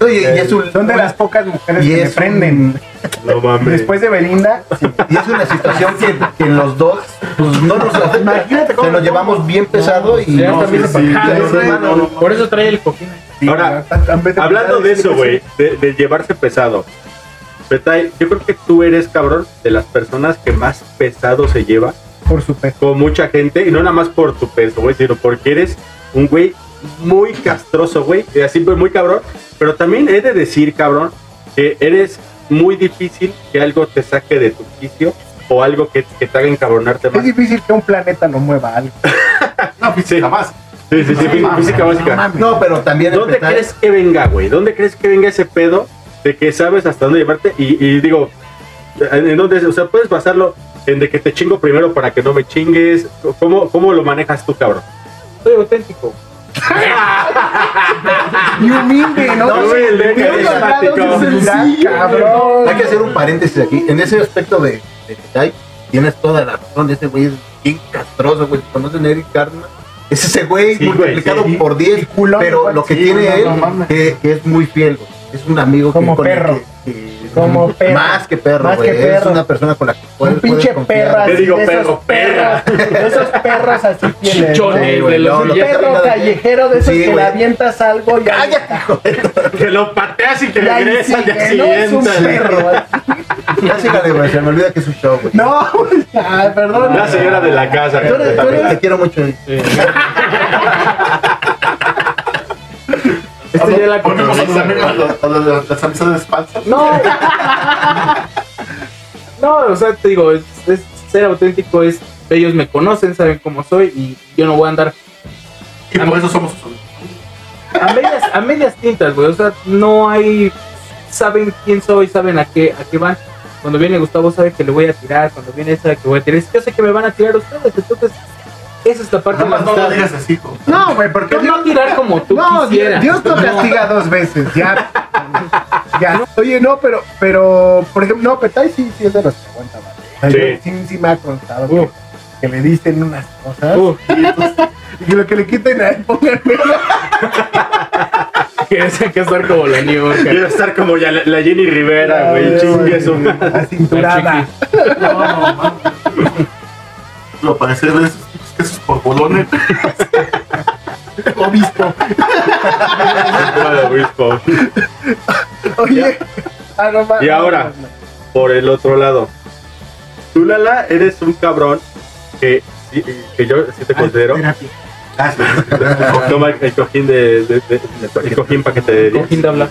Speaker 2: y- y es un-
Speaker 10: Eh, Son de las pocas mujeres
Speaker 2: y
Speaker 10: que me
Speaker 2: es un-
Speaker 10: prenden.
Speaker 9: No mames.
Speaker 10: Después de Belinda,
Speaker 2: Y es una situación que, que en los dos, pues no nos afecta. Imagínate cómo. nos llevamos bien pesado y.
Speaker 7: Ya
Speaker 2: no,
Speaker 7: está bien
Speaker 2: sí, sí,
Speaker 7: apagado,
Speaker 2: ya es
Speaker 7: güey.
Speaker 2: hermano, no.
Speaker 7: Por eso trae el cojín.
Speaker 9: Ahora, hablando de eso, güey, de, de llevarse pesado. Betay, yo creo que tú eres, cabrón, de las personas que más pesado se lleva
Speaker 10: por su peso.
Speaker 9: con mucha gente, y no nada más por tu peso, güey, sino porque eres un güey muy castroso, güey, y así pues, muy cabrón, pero también he de decir, cabrón, que eres muy difícil que algo te saque de tu quicio o algo que, que te haga encabronarte
Speaker 10: Es
Speaker 9: más.
Speaker 10: difícil que un planeta lo mueva algo.
Speaker 9: No,
Speaker 2: pues,
Speaker 9: física más. Sí, sí, sí, fí-
Speaker 2: mames,
Speaker 9: física
Speaker 2: no
Speaker 9: básica.
Speaker 2: mames. No, pero también
Speaker 9: ¿Dónde
Speaker 2: empezar-
Speaker 9: crees que venga, güey? ¿Dónde crees que venga ese pedo de que sabes hasta dónde llevarte? Y, y digo, ¿en en dónde? O sea, puedes basarlo en de que te chingo primero para que no me chingues. ¿Cómo, cómo lo manejas tú, cabrón?
Speaker 7: Soy auténtico.
Speaker 10: Y humilde, ¿no?
Speaker 9: No, güey, el de- el
Speaker 10: Dios
Speaker 9: de-
Speaker 10: sagrado,
Speaker 9: el de-
Speaker 10: Dios santo, cabrón.
Speaker 2: Hay que hacer un paréntesis aquí. En ese aspecto de, de Kai, tienes toda la razón. Ese güey es bien castroso, güey. Conocen a Eric Cartman. Es ese güey
Speaker 9: Sí, güey,
Speaker 2: multiplicado
Speaker 9: sí.
Speaker 2: por 10.
Speaker 10: culón,
Speaker 2: Pero
Speaker 10: igual.
Speaker 2: lo que
Speaker 10: Sí,
Speaker 2: tiene
Speaker 10: no,
Speaker 2: él,
Speaker 10: no mames.
Speaker 2: que, que es muy fiel, güey. Es un amigo que-
Speaker 10: Como
Speaker 2: con el
Speaker 10: perro.
Speaker 2: que- que-
Speaker 10: Como perro.
Speaker 2: Más que perro,
Speaker 10: Más
Speaker 2: güey.
Speaker 10: que
Speaker 2: Es
Speaker 10: perro.
Speaker 2: una persona con la que puedes,
Speaker 10: Un pinche
Speaker 2: puedes confiar.
Speaker 10: perro así.
Speaker 9: Te digo
Speaker 10: de esos
Speaker 9: perro, perra.
Speaker 10: perros, de esos perros así fieles. ¿no?
Speaker 7: Chichones,
Speaker 2: Sí,
Speaker 7: de
Speaker 2: güey,
Speaker 7: los
Speaker 2: no,
Speaker 10: Un
Speaker 2: lo
Speaker 7: ya-
Speaker 2: que-
Speaker 10: perro
Speaker 2: Sí,
Speaker 10: callejero de esos
Speaker 2: Sí,
Speaker 10: que le
Speaker 2: güey.
Speaker 10: avientas algo y ahí
Speaker 2: ¡Cállate, hijo de-
Speaker 9: Que lo pateas y que
Speaker 10: y ahí
Speaker 9: regresas al
Speaker 10: sí,
Speaker 9: día
Speaker 10: que no es un
Speaker 9: siguiente.
Speaker 10: perro.
Speaker 2: Ya sígale, güey. Se me olvida que es un show, güey.
Speaker 10: No, ay, perdón.
Speaker 9: La señora de la casa.
Speaker 2: Tú eres- tú eres-
Speaker 9: güey.
Speaker 2: Te quiero mucho. güey.
Speaker 7: Esta Este ya la
Speaker 11: Volvemos a los amigos, a los- a los- las amistades falsas.
Speaker 7: No. No, o sea, te digo, es, es ser auténtico, es ellos me conocen, saben cómo soy y yo no voy a andar
Speaker 11: Y por eso somos sus amigos.
Speaker 7: a medias, a medias tintas, güey. O sea, no hay. Saben quién soy, saben a qué, a qué van. Cuando viene Gustavo sabe que le voy a tirar, cuando viene esa que voy a tirar. Yo sé que me van a tirar ustedes, entonces esa es la parte
Speaker 11: Nada más no lo
Speaker 7: más
Speaker 11: digas así, hijo.
Speaker 10: No, güey, porque
Speaker 7: no, no tirar como tú
Speaker 10: No, Dios,
Speaker 7: quisieras.
Speaker 10: Dios no castiga dos veces, ya. ya. Oye, no, pero, pero, por ejemplo, no, Petay sí, sí es de los que aguanta, ¿vale? O sea,
Speaker 9: Sí.
Speaker 10: yo sí, sí me ha contado
Speaker 7: Uh.
Speaker 10: que, que le dicen unas cosas
Speaker 7: Uh,
Speaker 10: y que lo que le quiten a él, pónganme.
Speaker 7: quieres que estar como la New Yorker.
Speaker 9: Quiero estar como ya la, la Jenny Rivera, güey. Chingue su madre.
Speaker 10: La cinturada.
Speaker 11: Lo parecer de esos tipos que esos por bolones.
Speaker 10: Obispo.
Speaker 9: Bueno, obispo.
Speaker 10: Oye. Ah, no, ma-
Speaker 9: Y ahora, por el otro lado, tú, Lala, eres un cabrón que, que yo sí te considero.
Speaker 11: Ah, sí.
Speaker 9: Toma el, el cojín de, de- de- el cojín para que te dé
Speaker 7: Cojín de hablar.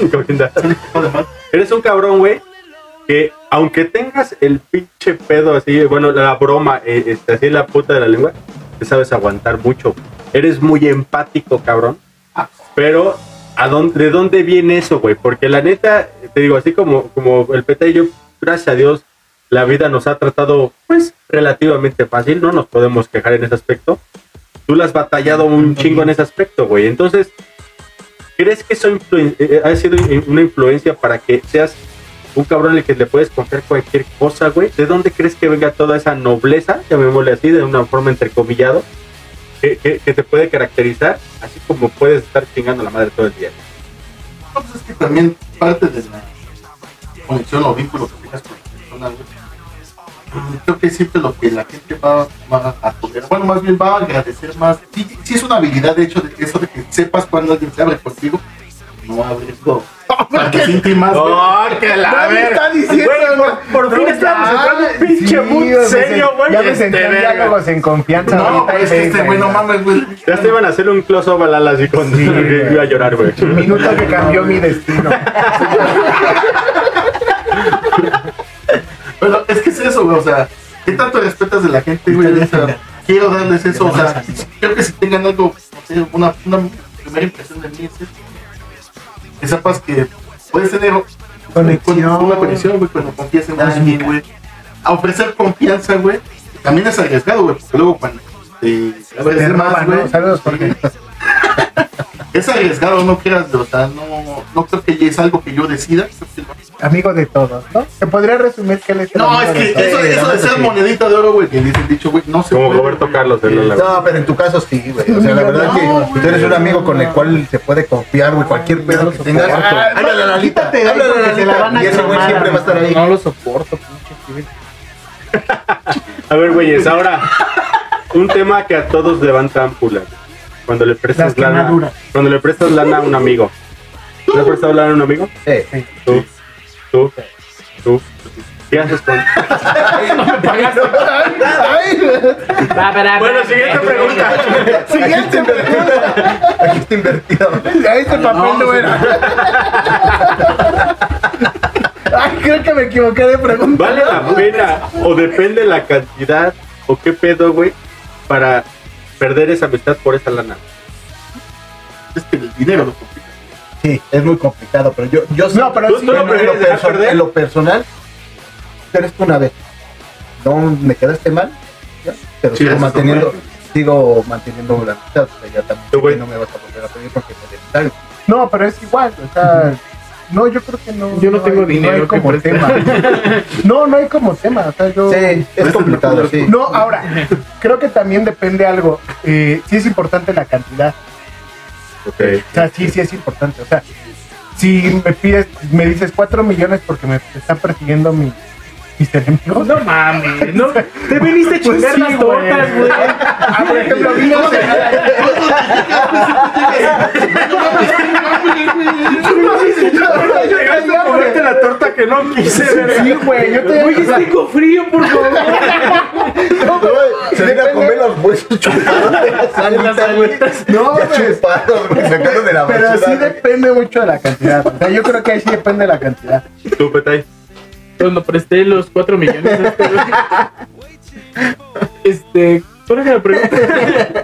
Speaker 9: el cojín de- Eres un cabrón, güey, que aunque tengas el pinche pedo así, bueno, la broma, eh, este, así la puta de la lengua, te sabes aguantar mucho. Eres muy empático, cabrón. Pero, ¿a dónde, ¿de dónde viene eso, güey? Porque la neta, te digo, así como, como el PT y yo, gracias a Dios, la vida nos ha tratado, pues, relativamente fácil, no nos podemos quejar en ese aspecto. Tú la has batallado un chingo en ese aspecto, güey. Entonces, ¿Crees que eso influen- eh, ha sido in- una influencia para que seas un cabrón al que le puedes confiar cualquier cosa, güey? ¿De dónde crees que venga toda esa nobleza, llamémosle así, de una forma entrecomillado, que, que- que te puede caracterizar, así como puedes estar chingando la madre todo el día?
Speaker 11: pues es que también parte de la conexión o vínculo que tengas con la persona, güey, mm, creo que es siempre lo que la gente va, va a tolerar. Bueno, más bien va a agradecer más. Sí, sí es una habilidad, de hecho, de que eso de que sepas cuando alguien se abre contigo. No abrirlo. Para que siente más. güey.
Speaker 9: ¡Oh, que la
Speaker 11: Nadie
Speaker 9: ver-
Speaker 11: está diciendo,
Speaker 9: Güey, por- por
Speaker 11: No,
Speaker 9: fin
Speaker 11: ya,
Speaker 9: estamos entrando en un pinche
Speaker 11: sí,
Speaker 9: mood
Speaker 11: o sea,
Speaker 9: serio,
Speaker 11: se-
Speaker 9: güey.
Speaker 11: ya me senté en diálogos
Speaker 10: en confianza.
Speaker 11: Este, No, pero es que este güey no mames, güey.
Speaker 9: Ya te iban a hacer un close-up al ala así con... iba a llorar, güey.
Speaker 10: Minuto que cambió mi destino.
Speaker 11: Pero es que es eso, güey. O sea, ¿qué tanto respetas de la gente, este güey? O sea, quiero darles eso. O sea, creo que si tengan algo, no sé, una, una primera impresión de mí, es eso. que sepas que puedes tener
Speaker 10: Conexión.
Speaker 11: con- una conexión, güey, cuando confías en alguien, güey. A ofrecer confianza, güey, también es arriesgado, güey, porque luego cuando eh, te
Speaker 10: Te
Speaker 11: ofreces más,
Speaker 10: roban,
Speaker 11: güey.
Speaker 10: ¿no? Saludos, Jorge.
Speaker 11: Es arriesgado, no quieras, o sea, no, no creo que es algo que yo decida. creo que
Speaker 10: Amigo de todos, ¿no? Se podría resumir que él es el
Speaker 11: No, es
Speaker 10: amigo
Speaker 11: que
Speaker 10: todos.
Speaker 11: eso, eso de ser monedita de oro, güey, que dice el dicho, güey, no se
Speaker 9: Como
Speaker 11: puede.
Speaker 9: Roberto Carlos. el Lola, güey.
Speaker 2: No, pero en tu caso sí, güey. O sea, la verdad
Speaker 11: No,
Speaker 2: que
Speaker 11: güey.
Speaker 2: tú eres un amigo con el cual se puede confiar, güey. Cualquier pedo que tengas.
Speaker 11: soporto.
Speaker 2: Ah, Háblale a la lita.
Speaker 11: Quítate de ahí
Speaker 2: Háblale a la
Speaker 11: porque se la van
Speaker 2: lita.
Speaker 11: a
Speaker 2: Y ese güey
Speaker 11: quemar,
Speaker 2: siempre va a estar ahí.
Speaker 7: No lo soporto, pinche Steven.
Speaker 9: A ver, güeyes, ahora un tema que a todos levanta ámpula. Cuando le prestas
Speaker 10: Las
Speaker 9: lana,
Speaker 10: quemaduras.
Speaker 9: cuando le prestas lana a un amigo. ¿Le has prestado lana a un amigo?
Speaker 2: Sí.
Speaker 9: Tú, tú, tú. ¿Qué haces con? Bueno, siguiente pregunta.
Speaker 2: Siguiente pregunta. Aquí está invertido.
Speaker 10: Ahí este papel no era. Ay, creo que me equivoqué de pregunta.
Speaker 9: ¿Vale la pena o depende la cantidad o qué pedo, güey, para perder esa amistad por esa lana?
Speaker 11: Es que el dinero lo complica.
Speaker 2: Sí, es muy complicado, pero yo, yo
Speaker 10: No, pero
Speaker 2: yo en
Speaker 10: sí, no,
Speaker 2: lo
Speaker 10: prefieres
Speaker 2: perso-
Speaker 10: dejar perder.
Speaker 2: en lo personal, eres tú una vez. No me quedaste mal, ya, pero
Speaker 11: Sí,
Speaker 2: sigo
Speaker 11: eso
Speaker 2: manteniendo,
Speaker 11: fue.
Speaker 2: sigo manteniendo la amistad, o sea, ya también sé
Speaker 9: güey.
Speaker 2: que no me vas a volver a pedir porque te debes
Speaker 10: No, pero es igual, o sea, no, yo creo que no.
Speaker 7: Yo no tengo
Speaker 10: hay-
Speaker 7: dinero
Speaker 10: No hay
Speaker 7: que
Speaker 10: como tema.
Speaker 7: prestar.
Speaker 10: No, no hay como tema, o sea, yo.
Speaker 2: algo. Sí, es complicado, sí.
Speaker 10: No, ahora, creo que también depende algo. Eh, sí es importante la cantidad.
Speaker 9: Ok.
Speaker 10: O sea, sí, sí es importante. O sea, si me pides, me dices 4 millones porque me está persiguiendo mi, mi cerebro.
Speaker 7: No mames, no. Te viniste a
Speaker 10: Pues
Speaker 7: chingar
Speaker 10: sí,
Speaker 7: las
Speaker 10: güey.
Speaker 7: tortas, güey.
Speaker 10: Ah, por ejemplo, vino
Speaker 9: Llegaste a comerte la torta que no quise, verga.
Speaker 10: Sí, güey, yo te
Speaker 7: Oye, tengo frío, por favor.
Speaker 2: Se viene a comer los huesos chupados de las alitas, güey.
Speaker 10: No,
Speaker 2: Ya
Speaker 10: pero-
Speaker 2: chupados, güey, sacados de la
Speaker 10: Pero sí
Speaker 2: basura, güey.
Speaker 10: depende mucho de la cantidad. O sea, yo creo que ahí sí depende de la cantidad.
Speaker 9: Tú, Petay.
Speaker 7: Cuando presté los 4 millones. Este. ¿Cuál era la pregunta?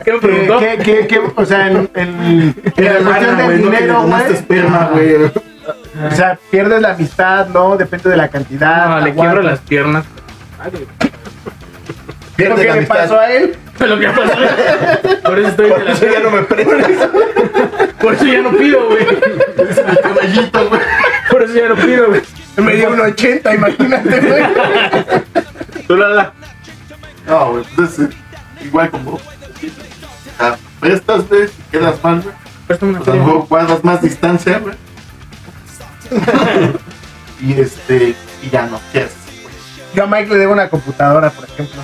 Speaker 7: ¿Qué me preguntó?
Speaker 10: ¿Qué, qué, qué, o sea, en, en, en
Speaker 11: Era
Speaker 10: la cuestión
Speaker 11: lana,
Speaker 10: del
Speaker 11: güey, no que le
Speaker 10: dinero,
Speaker 11: donaste
Speaker 10: güey.
Speaker 11: esperma, güey.
Speaker 10: O sea, pierdes la amistad, ¿no? Depende de la cantidad.
Speaker 7: Ah, le
Speaker 10: aguanta.
Speaker 7: quiebro las piernas.
Speaker 10: ¿Lo
Speaker 2: Pierde
Speaker 10: que
Speaker 2: la
Speaker 10: le
Speaker 2: amistad.
Speaker 10: pasó a él?
Speaker 7: Lo que pasó. Por eso estoy de
Speaker 2: Por
Speaker 7: la
Speaker 2: eso ya no me prestas.
Speaker 7: Por eso ya no pido, güey.
Speaker 11: Caballito, güey.
Speaker 7: Por eso ya no pido, güey.
Speaker 10: Me dio un 80, imagínate, güey.
Speaker 9: Tú, Lala.
Speaker 11: No, güey, entonces, igual como. O sea, prestas, güey, si quedas mal, güey.
Speaker 7: Préstame una
Speaker 11: O sea,
Speaker 7: feria.
Speaker 11: luego guardas más distancia, güey. y este, y ya no, ¿qué haces?
Speaker 10: Yo a Mike le debo una computadora, por ejemplo.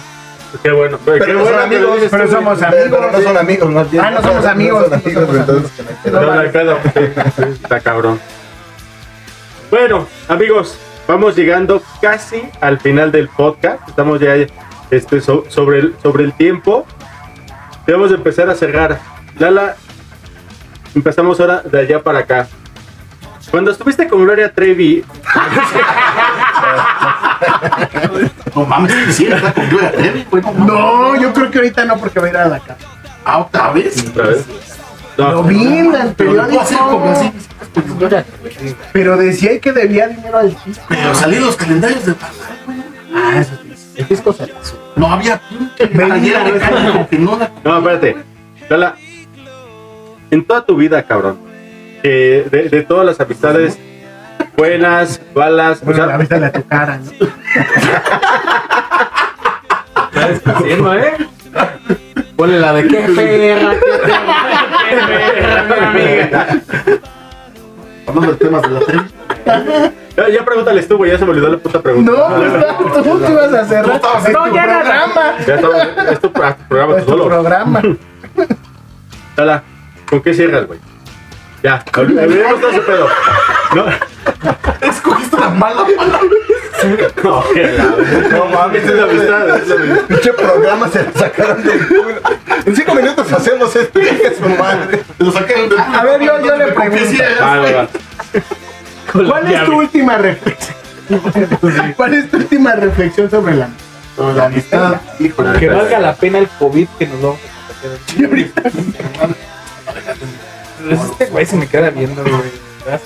Speaker 9: Qué bueno. qué
Speaker 2: no
Speaker 9: bueno
Speaker 2: son
Speaker 9: que lo
Speaker 2: amigos,
Speaker 9: dices
Speaker 10: pero
Speaker 9: tú, güey.
Speaker 10: somos amigos.
Speaker 2: Pero no son amigos, más bien.
Speaker 10: Ah, no somos amigos,
Speaker 2: No son
Speaker 10: no somos
Speaker 2: amigos,
Speaker 10: amigos.
Speaker 2: entonces, que me quedo.
Speaker 9: No, la pedo. Está cabrón. Bueno, amigos, vamos llegando casi al final del podcast. Estamos ya este, so- sobre, el, sobre el tiempo. Debemos de empezar a cerrar. Lala, empezamos ahora de allá para acá. Cuando estuviste con Gloria Trevi,
Speaker 11: No mames, que sí, está con Gloria Trevi, güey. No, mames.
Speaker 10: No, yo creo que ahorita no, porque va a ir a la casa.
Speaker 11: Ah, otra vez.
Speaker 9: otra vez. No,
Speaker 10: Lo vi en el
Speaker 11: Pero no puedo hacer como
Speaker 10: periódico.
Speaker 11: así. pues,
Speaker 10: Pero decía que debía dinero al chico.
Speaker 11: Pero salí los calendarios de pagar, güey.
Speaker 10: Ah, eso sí.
Speaker 7: El disco se pasó.
Speaker 11: No había pinche
Speaker 10: Venía,
Speaker 11: playera de
Speaker 10: güey.
Speaker 11: calle, como que no la
Speaker 9: no, espérate. Lala, en toda tu vida, cabrón, que de, de todas las amistades buenas, malas, o sea,
Speaker 19: Avísale a tu cara, ¿no?
Speaker 7: ¿Sabes qué haciendo, eh? Ponle la de qué perra, qué perra, qué perra, mi amiga.
Speaker 11: Hablando de temas de la tele.
Speaker 9: ya, ya pregúntales tú, güey, ya se me olvidó la puta pregunta. Ah,
Speaker 10: No, pues, tú qué ibas a cerrar.
Speaker 11: estabas en
Speaker 10: No,
Speaker 11: tu
Speaker 10: ya era
Speaker 11: programa.
Speaker 9: Ya estamos, es tu pro- programa,
Speaker 10: Es
Speaker 9: tu
Speaker 10: tu
Speaker 9: solo.
Speaker 10: programa.
Speaker 9: Tala, ¿con qué cierras, güey? Ya, olvi- olvidemos todo ese pedo. No,
Speaker 11: Escogiste la mala palabra.
Speaker 9: no, qué la- no mames, es la amistad, es la amistad.
Speaker 20: Pinche programa se lo sacaron del culo. En cinco minutos hacemos esto. Es su madre.
Speaker 11: Lo sacaron de.
Speaker 10: A ver, yo, yo le pregunto.
Speaker 11: Ah,
Speaker 9: Ah, Va, va, va.
Speaker 10: ¿Cuál es tu última reflexión? ¿Cuál es tu última reflexión sobre la
Speaker 11: La amistad, híjole.
Speaker 7: Que valga la pena el COVID que nos vamos a sacar de aquí. Pero Este güey se me queda viendo, güey.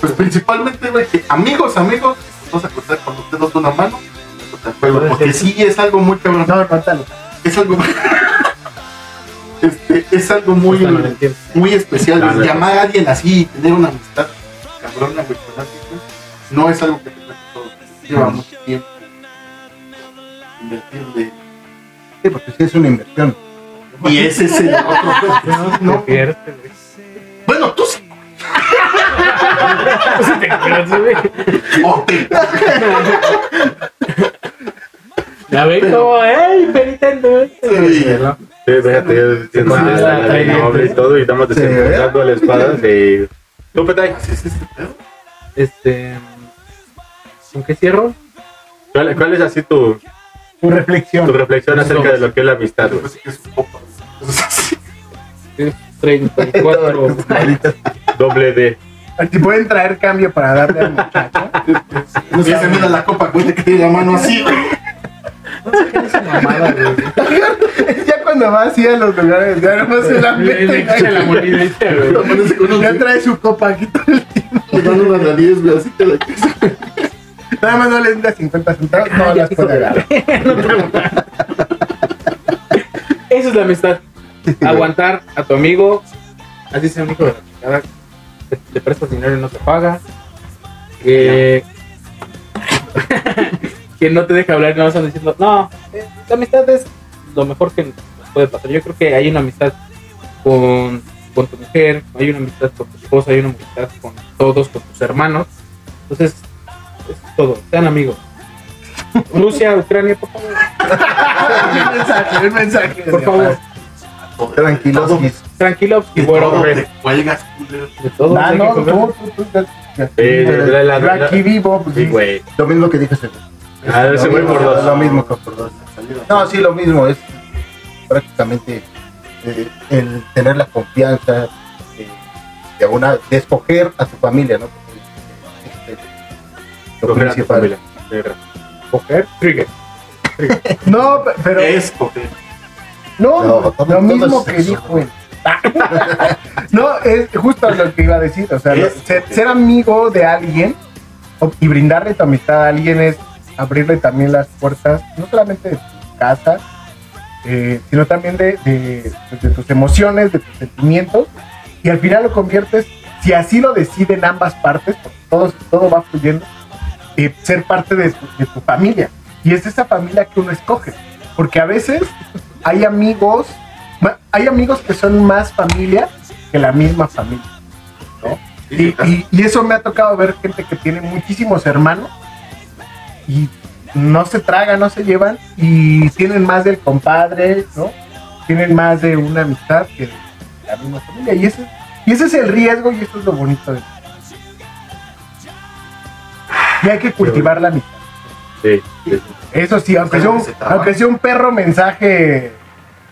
Speaker 11: Pues principalmente, güey, que amigos, amigos, vamos a contar con los dedos de una mano. Pero porque sí es algo muy cabrón.
Speaker 10: No, cuéntalo.
Speaker 11: Es algo. Este, es algo muy,
Speaker 7: Hasta no lo entiendo.
Speaker 11: muy especial. güey.
Speaker 7: Claro.
Speaker 11: Llamar a alguien así y tener una amistad cabrona, güey, con alguien, güey, no es algo que te cueste todo. Lleva mucho tiempo. Invertirle.
Speaker 2: Sí, porque sí es una inversión.
Speaker 11: Y ese es el otro.
Speaker 7: No,
Speaker 11: No,
Speaker 7: no. Te pierdes, güey.
Speaker 11: Bueno, tú sí.
Speaker 7: No se te pierdes, güey.
Speaker 11: o te-
Speaker 7: Ya ven cómo, ¡ey! Perita en dulce.
Speaker 11: Sí.
Speaker 9: Sí, fíjate, yo diciendo
Speaker 11: Ah,
Speaker 7: Sí,
Speaker 9: que es la
Speaker 7: está
Speaker 9: ley
Speaker 7: bien.
Speaker 9: noble y todo, y estamos
Speaker 11: ¿eh?
Speaker 2: Sí,
Speaker 9: desenfundando la espada de. ¿Tú, Petay?
Speaker 11: Así es este pedo.
Speaker 7: Este. ¿Con qué cierro?
Speaker 9: ¿Cuál, cuál es así tu,
Speaker 10: Tu
Speaker 9: tu
Speaker 10: reflexión.
Speaker 9: reflexión acerca de lo que es la amistad, güey?
Speaker 11: Parece que es un poco.
Speaker 7: Es 34.
Speaker 9: Doble D.
Speaker 10: Si pueden traer cambio para darle al muchacho.
Speaker 11: No se mira la copa, güey, que tiene la mano así, güey.
Speaker 7: Mamada, güey.
Speaker 10: ya cuando va así a los lugares, ya no se la
Speaker 7: Le- le
Speaker 10: mete.
Speaker 7: echa la monedita, güey.
Speaker 11: Amanece con unos-
Speaker 10: Ya trae su copa aquí todo el tiempo.
Speaker 11: Le dan una nariz, güey, así que la
Speaker 10: Nada más no les da 50
Speaker 7: Ah,
Speaker 10: centavos, no las puede agarrar.
Speaker 7: Eso es la amistad. Aguantar a tu amigo, así sea un hijo de la chingada, que te prestas dinero y no te paga, que, que no te deja hablar y no están diciendo, no, eh, la amistad es lo mejor que nos puede pasar. Yo creo que hay una amistad con, con tu mujer, hay una amistad con tu esposa, hay una amistad con todos, con tus hermanos. Entonces, eso es todo, sean amigos. Rusia, Ucrania, por favor,
Speaker 10: un mensaje, un mensaje.
Speaker 7: por favor.
Speaker 10: Tranquilos.
Speaker 11: Todo.
Speaker 7: Tranquilo, y bueno,
Speaker 11: Todo
Speaker 9: hombre.
Speaker 11: te cuelgas, culero.
Speaker 7: De todo.
Speaker 10: Ah,
Speaker 7: hay que
Speaker 10: no, tú,
Speaker 7: comer.
Speaker 10: tú, tú, tú.
Speaker 9: Sí, la- Eh, la- la-
Speaker 10: Yo aquí vivo, pues,
Speaker 9: Sí, güey. Ah,
Speaker 2: Lo mismo que dije ese güey.
Speaker 9: A ver, se
Speaker 2: Lo
Speaker 9: fue
Speaker 2: mismo,
Speaker 9: por dos.
Speaker 2: Lo mismo que por dos. No, sí, lo mismo. Es prácticamente eh, el tener la confianza eh, de, una, de escoger a tu familia, ¿no? Porque, eh, este, lo
Speaker 9: Coger a tu
Speaker 2: principal.
Speaker 9: familia. Tienes razón.
Speaker 2: Escoger.
Speaker 7: Trigger.
Speaker 10: No, pe- pero.
Speaker 11: Es coger.
Speaker 2: No,
Speaker 10: No,
Speaker 2: todo-
Speaker 10: lo
Speaker 2: todo
Speaker 10: mismo
Speaker 2: es
Speaker 10: que
Speaker 2: sexo.
Speaker 10: dijo él. no, es justo lo que iba a decir. O sea,
Speaker 11: Es-
Speaker 10: ser, ser amigo de alguien o- y brindarle tu amistad a alguien es abrirle también las puertas, no solamente de tu casa, eh, sino también de, de- pues, de tus emociones, de tus sentimientos. Y al final lo conviertes, si así lo deciden ambas partes, porque todo, todo va fluyendo, eh, ser parte de tu- de tu familia. Y es esa familia que uno escoge. Porque a veces hay amigos, ma- hay amigos que son más familia que la misma familia. Y, y- y eso me ha tocado ver gente que tiene muchísimos hermanos y no se tragan, no se llevan y tienen más del compadre, ¿no? Tienen más de una amistad que de la misma familia. Y ese, y ese es el riesgo y eso es lo bonito de y hay que cultivar la amistad.
Speaker 9: Sí, sí, sí.
Speaker 10: Eso sí, aunque
Speaker 11: Es
Speaker 10: sea,
Speaker 11: algo
Speaker 10: un,
Speaker 11: que se trabaja.
Speaker 10: aunque sea un perro mensaje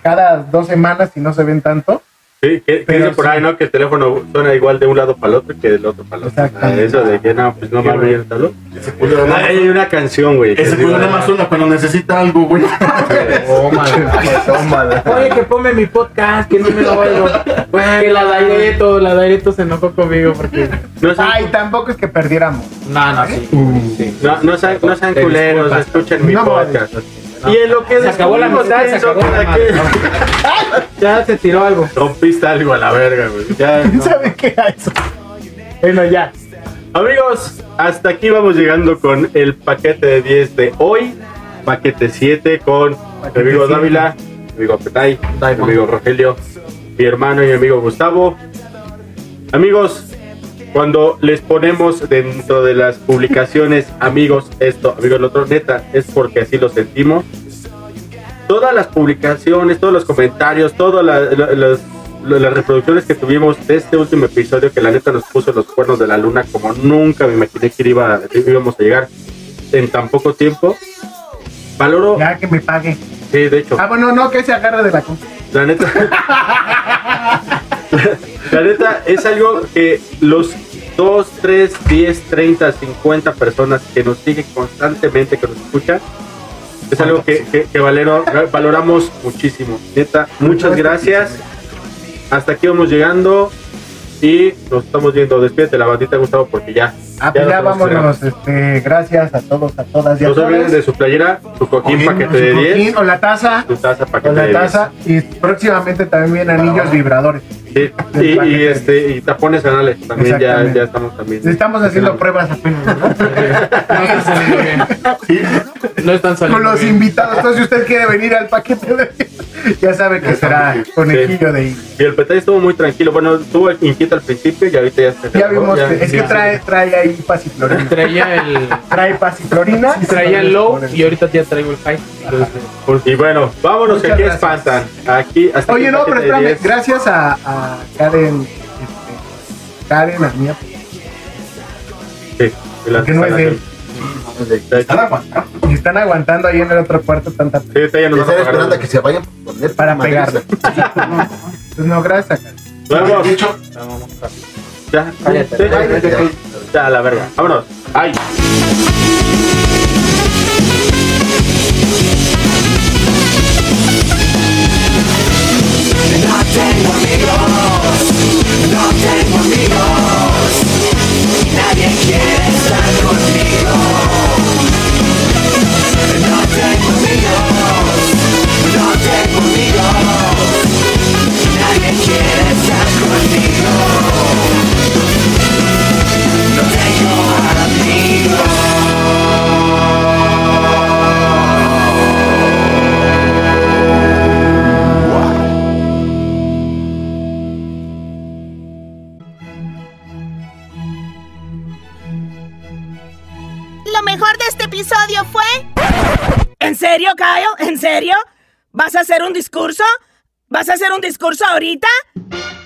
Speaker 10: cada dos semanas y no se ven tanto.
Speaker 9: Sí, que, que
Speaker 10: Pero
Speaker 9: dice por
Speaker 10: sí.
Speaker 9: ahí, ¿no? Que el teléfono suena igual de un lado para el otro que del otro para el otro.
Speaker 10: Exactamente.
Speaker 9: Eso de que no, pues no mames, ¿no?
Speaker 11: Ese culero nada más-
Speaker 9: Hay una canción, güey. que ah,
Speaker 11: Ese
Speaker 9: sí,
Speaker 11: culero
Speaker 9: güey.
Speaker 11: nada más suena cuando necesita algo, güey.
Speaker 7: Oye, que ponme mi podcast, que no me lo oigo. Güey, que la Daireto, la Daireto se enojó conmigo porque.
Speaker 9: No sean,
Speaker 10: Ay, tampoco es que perdiéramos.
Speaker 7: No, no, sí. sí.
Speaker 9: no, no sean, no sean
Speaker 7: Te
Speaker 9: culeros,
Speaker 7: disculpas.
Speaker 9: escuchen mi
Speaker 10: No,
Speaker 9: podcast.
Speaker 7: no.
Speaker 9: Y en lo que
Speaker 7: Se acabó la
Speaker 9: descubrimos
Speaker 7: amistad, se
Speaker 9: eso,
Speaker 7: acabó la
Speaker 9: ¿para
Speaker 7: madre,
Speaker 9: qué?
Speaker 7: Ya se tiró algo.
Speaker 9: Rompiste algo a la verga, güey. Ya, no.
Speaker 10: ¿Sabe qué era eso?
Speaker 9: Bueno, ya. Amigos, hasta aquí vamos llegando con el paquete de 10 de hoy. Paquete 7 con mi amigo
Speaker 7: siete.
Speaker 9: Dávila, mi amigo Petay, mi amigo Rogelio, mi hermano y mi amigo Gustavo. Amigos, cuando les ponemos dentro de las publicaciones, amigos, esto, amigos, lo otro, neta, es porque así lo sentimos. Todas las publicaciones, todos los comentarios, todas la- la- las, lo- las reproducciones que tuvimos de este último episodio, que la neta nos puso los cuernos de la luna como nunca me imaginé que iba, íbamos a llegar en tan poco tiempo. Valoro.
Speaker 10: Ya que me pague.
Speaker 9: Sí, de hecho.
Speaker 10: Ah, bueno, no, que se agarre de la compu.
Speaker 9: La neta. la neta es algo que los 2, 3, 10, 30, 50 personas que nos siguen constantemente, que nos escuchan, es algo que, que, que valero- valoramos muchísimo. Neta, muchas gracias. Hasta aquí vamos llegando y nos estamos viendo. Despídete la bandita, Gustavo, porque ya.
Speaker 10: Ah, pues
Speaker 9: nos
Speaker 10: ya
Speaker 9: vamos
Speaker 10: vámonos. Este, gracias a todos, a todas y a
Speaker 9: No se olviden
Speaker 10: todos.
Speaker 9: de su playera, su coquín paquete de 10,
Speaker 10: O la taza.
Speaker 9: su taza paquete
Speaker 10: O la
Speaker 9: de 10.
Speaker 10: taza. Y próximamente también vienen anillos vibradores.
Speaker 9: Sí, y, y, este, y tapones anales también, ya, ya estamos también.
Speaker 10: Estamos haciendo pruebas apenas, ¿verdad?
Speaker 7: No están
Speaker 10: Con
Speaker 7: saliendo
Speaker 10: los
Speaker 7: bien.
Speaker 10: invitados. Entonces, si usted quiere venir al paquete de... Ya sabe que será conejillo de indias.
Speaker 9: Y el petay estuvo muy tranquilo. Bueno, estuvo inquieto al principio y ahorita ya se
Speaker 10: Ya vimos,
Speaker 9: ya,
Speaker 10: que- es
Speaker 9: sí,
Speaker 10: que
Speaker 9: sí.
Speaker 10: trae, trae ahí pasiflorina.
Speaker 7: Traía el.
Speaker 10: Trae pasiflorina.
Speaker 7: Traía el low y ahorita ya traigo el high. Entonces,
Speaker 9: Y bueno, vámonos que
Speaker 10: Muchas
Speaker 9: aquí
Speaker 10: gracias.
Speaker 9: espantan. Aquí, hasta
Speaker 10: Oye,
Speaker 9: aquí
Speaker 10: no,
Speaker 9: el
Speaker 10: pero
Speaker 9: paquete de
Speaker 10: espérame,
Speaker 9: 10.
Speaker 10: gracias a, a Karen, este, Karen, a mí,
Speaker 9: Sí, el
Speaker 10: porque no es de él.
Speaker 9: artesanal. Están
Speaker 10: aguantando. Y están aguantando ahí en el otro cuarto tanta
Speaker 9: Sí, ahorita ya nos van a
Speaker 20: Están
Speaker 9: pagar.
Speaker 20: esperando a que se vayan
Speaker 10: para pegarle. Pues no, gracias a Karen.
Speaker 9: Vamos. Ya,
Speaker 10: Cállate.
Speaker 9: Sí, sí, ya, a la verga. Vámonos. Ay.
Speaker 21: No tengo amigos, no tengo amigos, y nadie quiere estar conmigo. No tengo amigos, no tengo amigos, y nadie quiere estar conmigo. No tengo
Speaker 5: Lo mejor de este episodio fue...
Speaker 3: ¿En serio, Cayo? ¿En serio? ¿Vas a hacer un discurso? ¿Vas a hacer un discurso ahorita?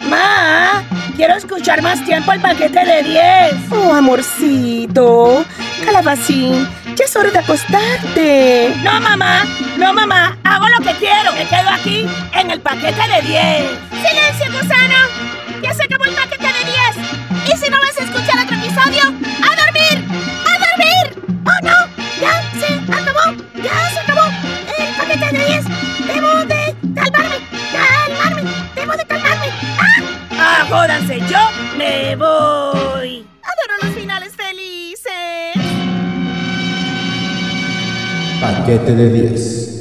Speaker 3: Ma, quiero escuchar más tiempo el paquete de 10. Oh, amorcito. Calabacín, ya es hora de acostarte. No, mamá. No, mamá. Hago lo que quiero. Me quedo aquí en el paquete de 10.
Speaker 5: ¡Silencio, gusano! ¡Ya se acabó el paquete de 10! Y si no vas a escuchar otro episodio, ¡a dormir! ¡A dormir! ¡Oh, no! ¡Ya se acabó! ¡Ya se acabó! ¡El paquete de 10! ¡Debo de calmarme! ¡Calmarme! ¡Debo de calmarme!
Speaker 3: Ah, jódanse. Yo me voy.
Speaker 5: ¡Adoro los finales felices!
Speaker 22: Paquete de 10.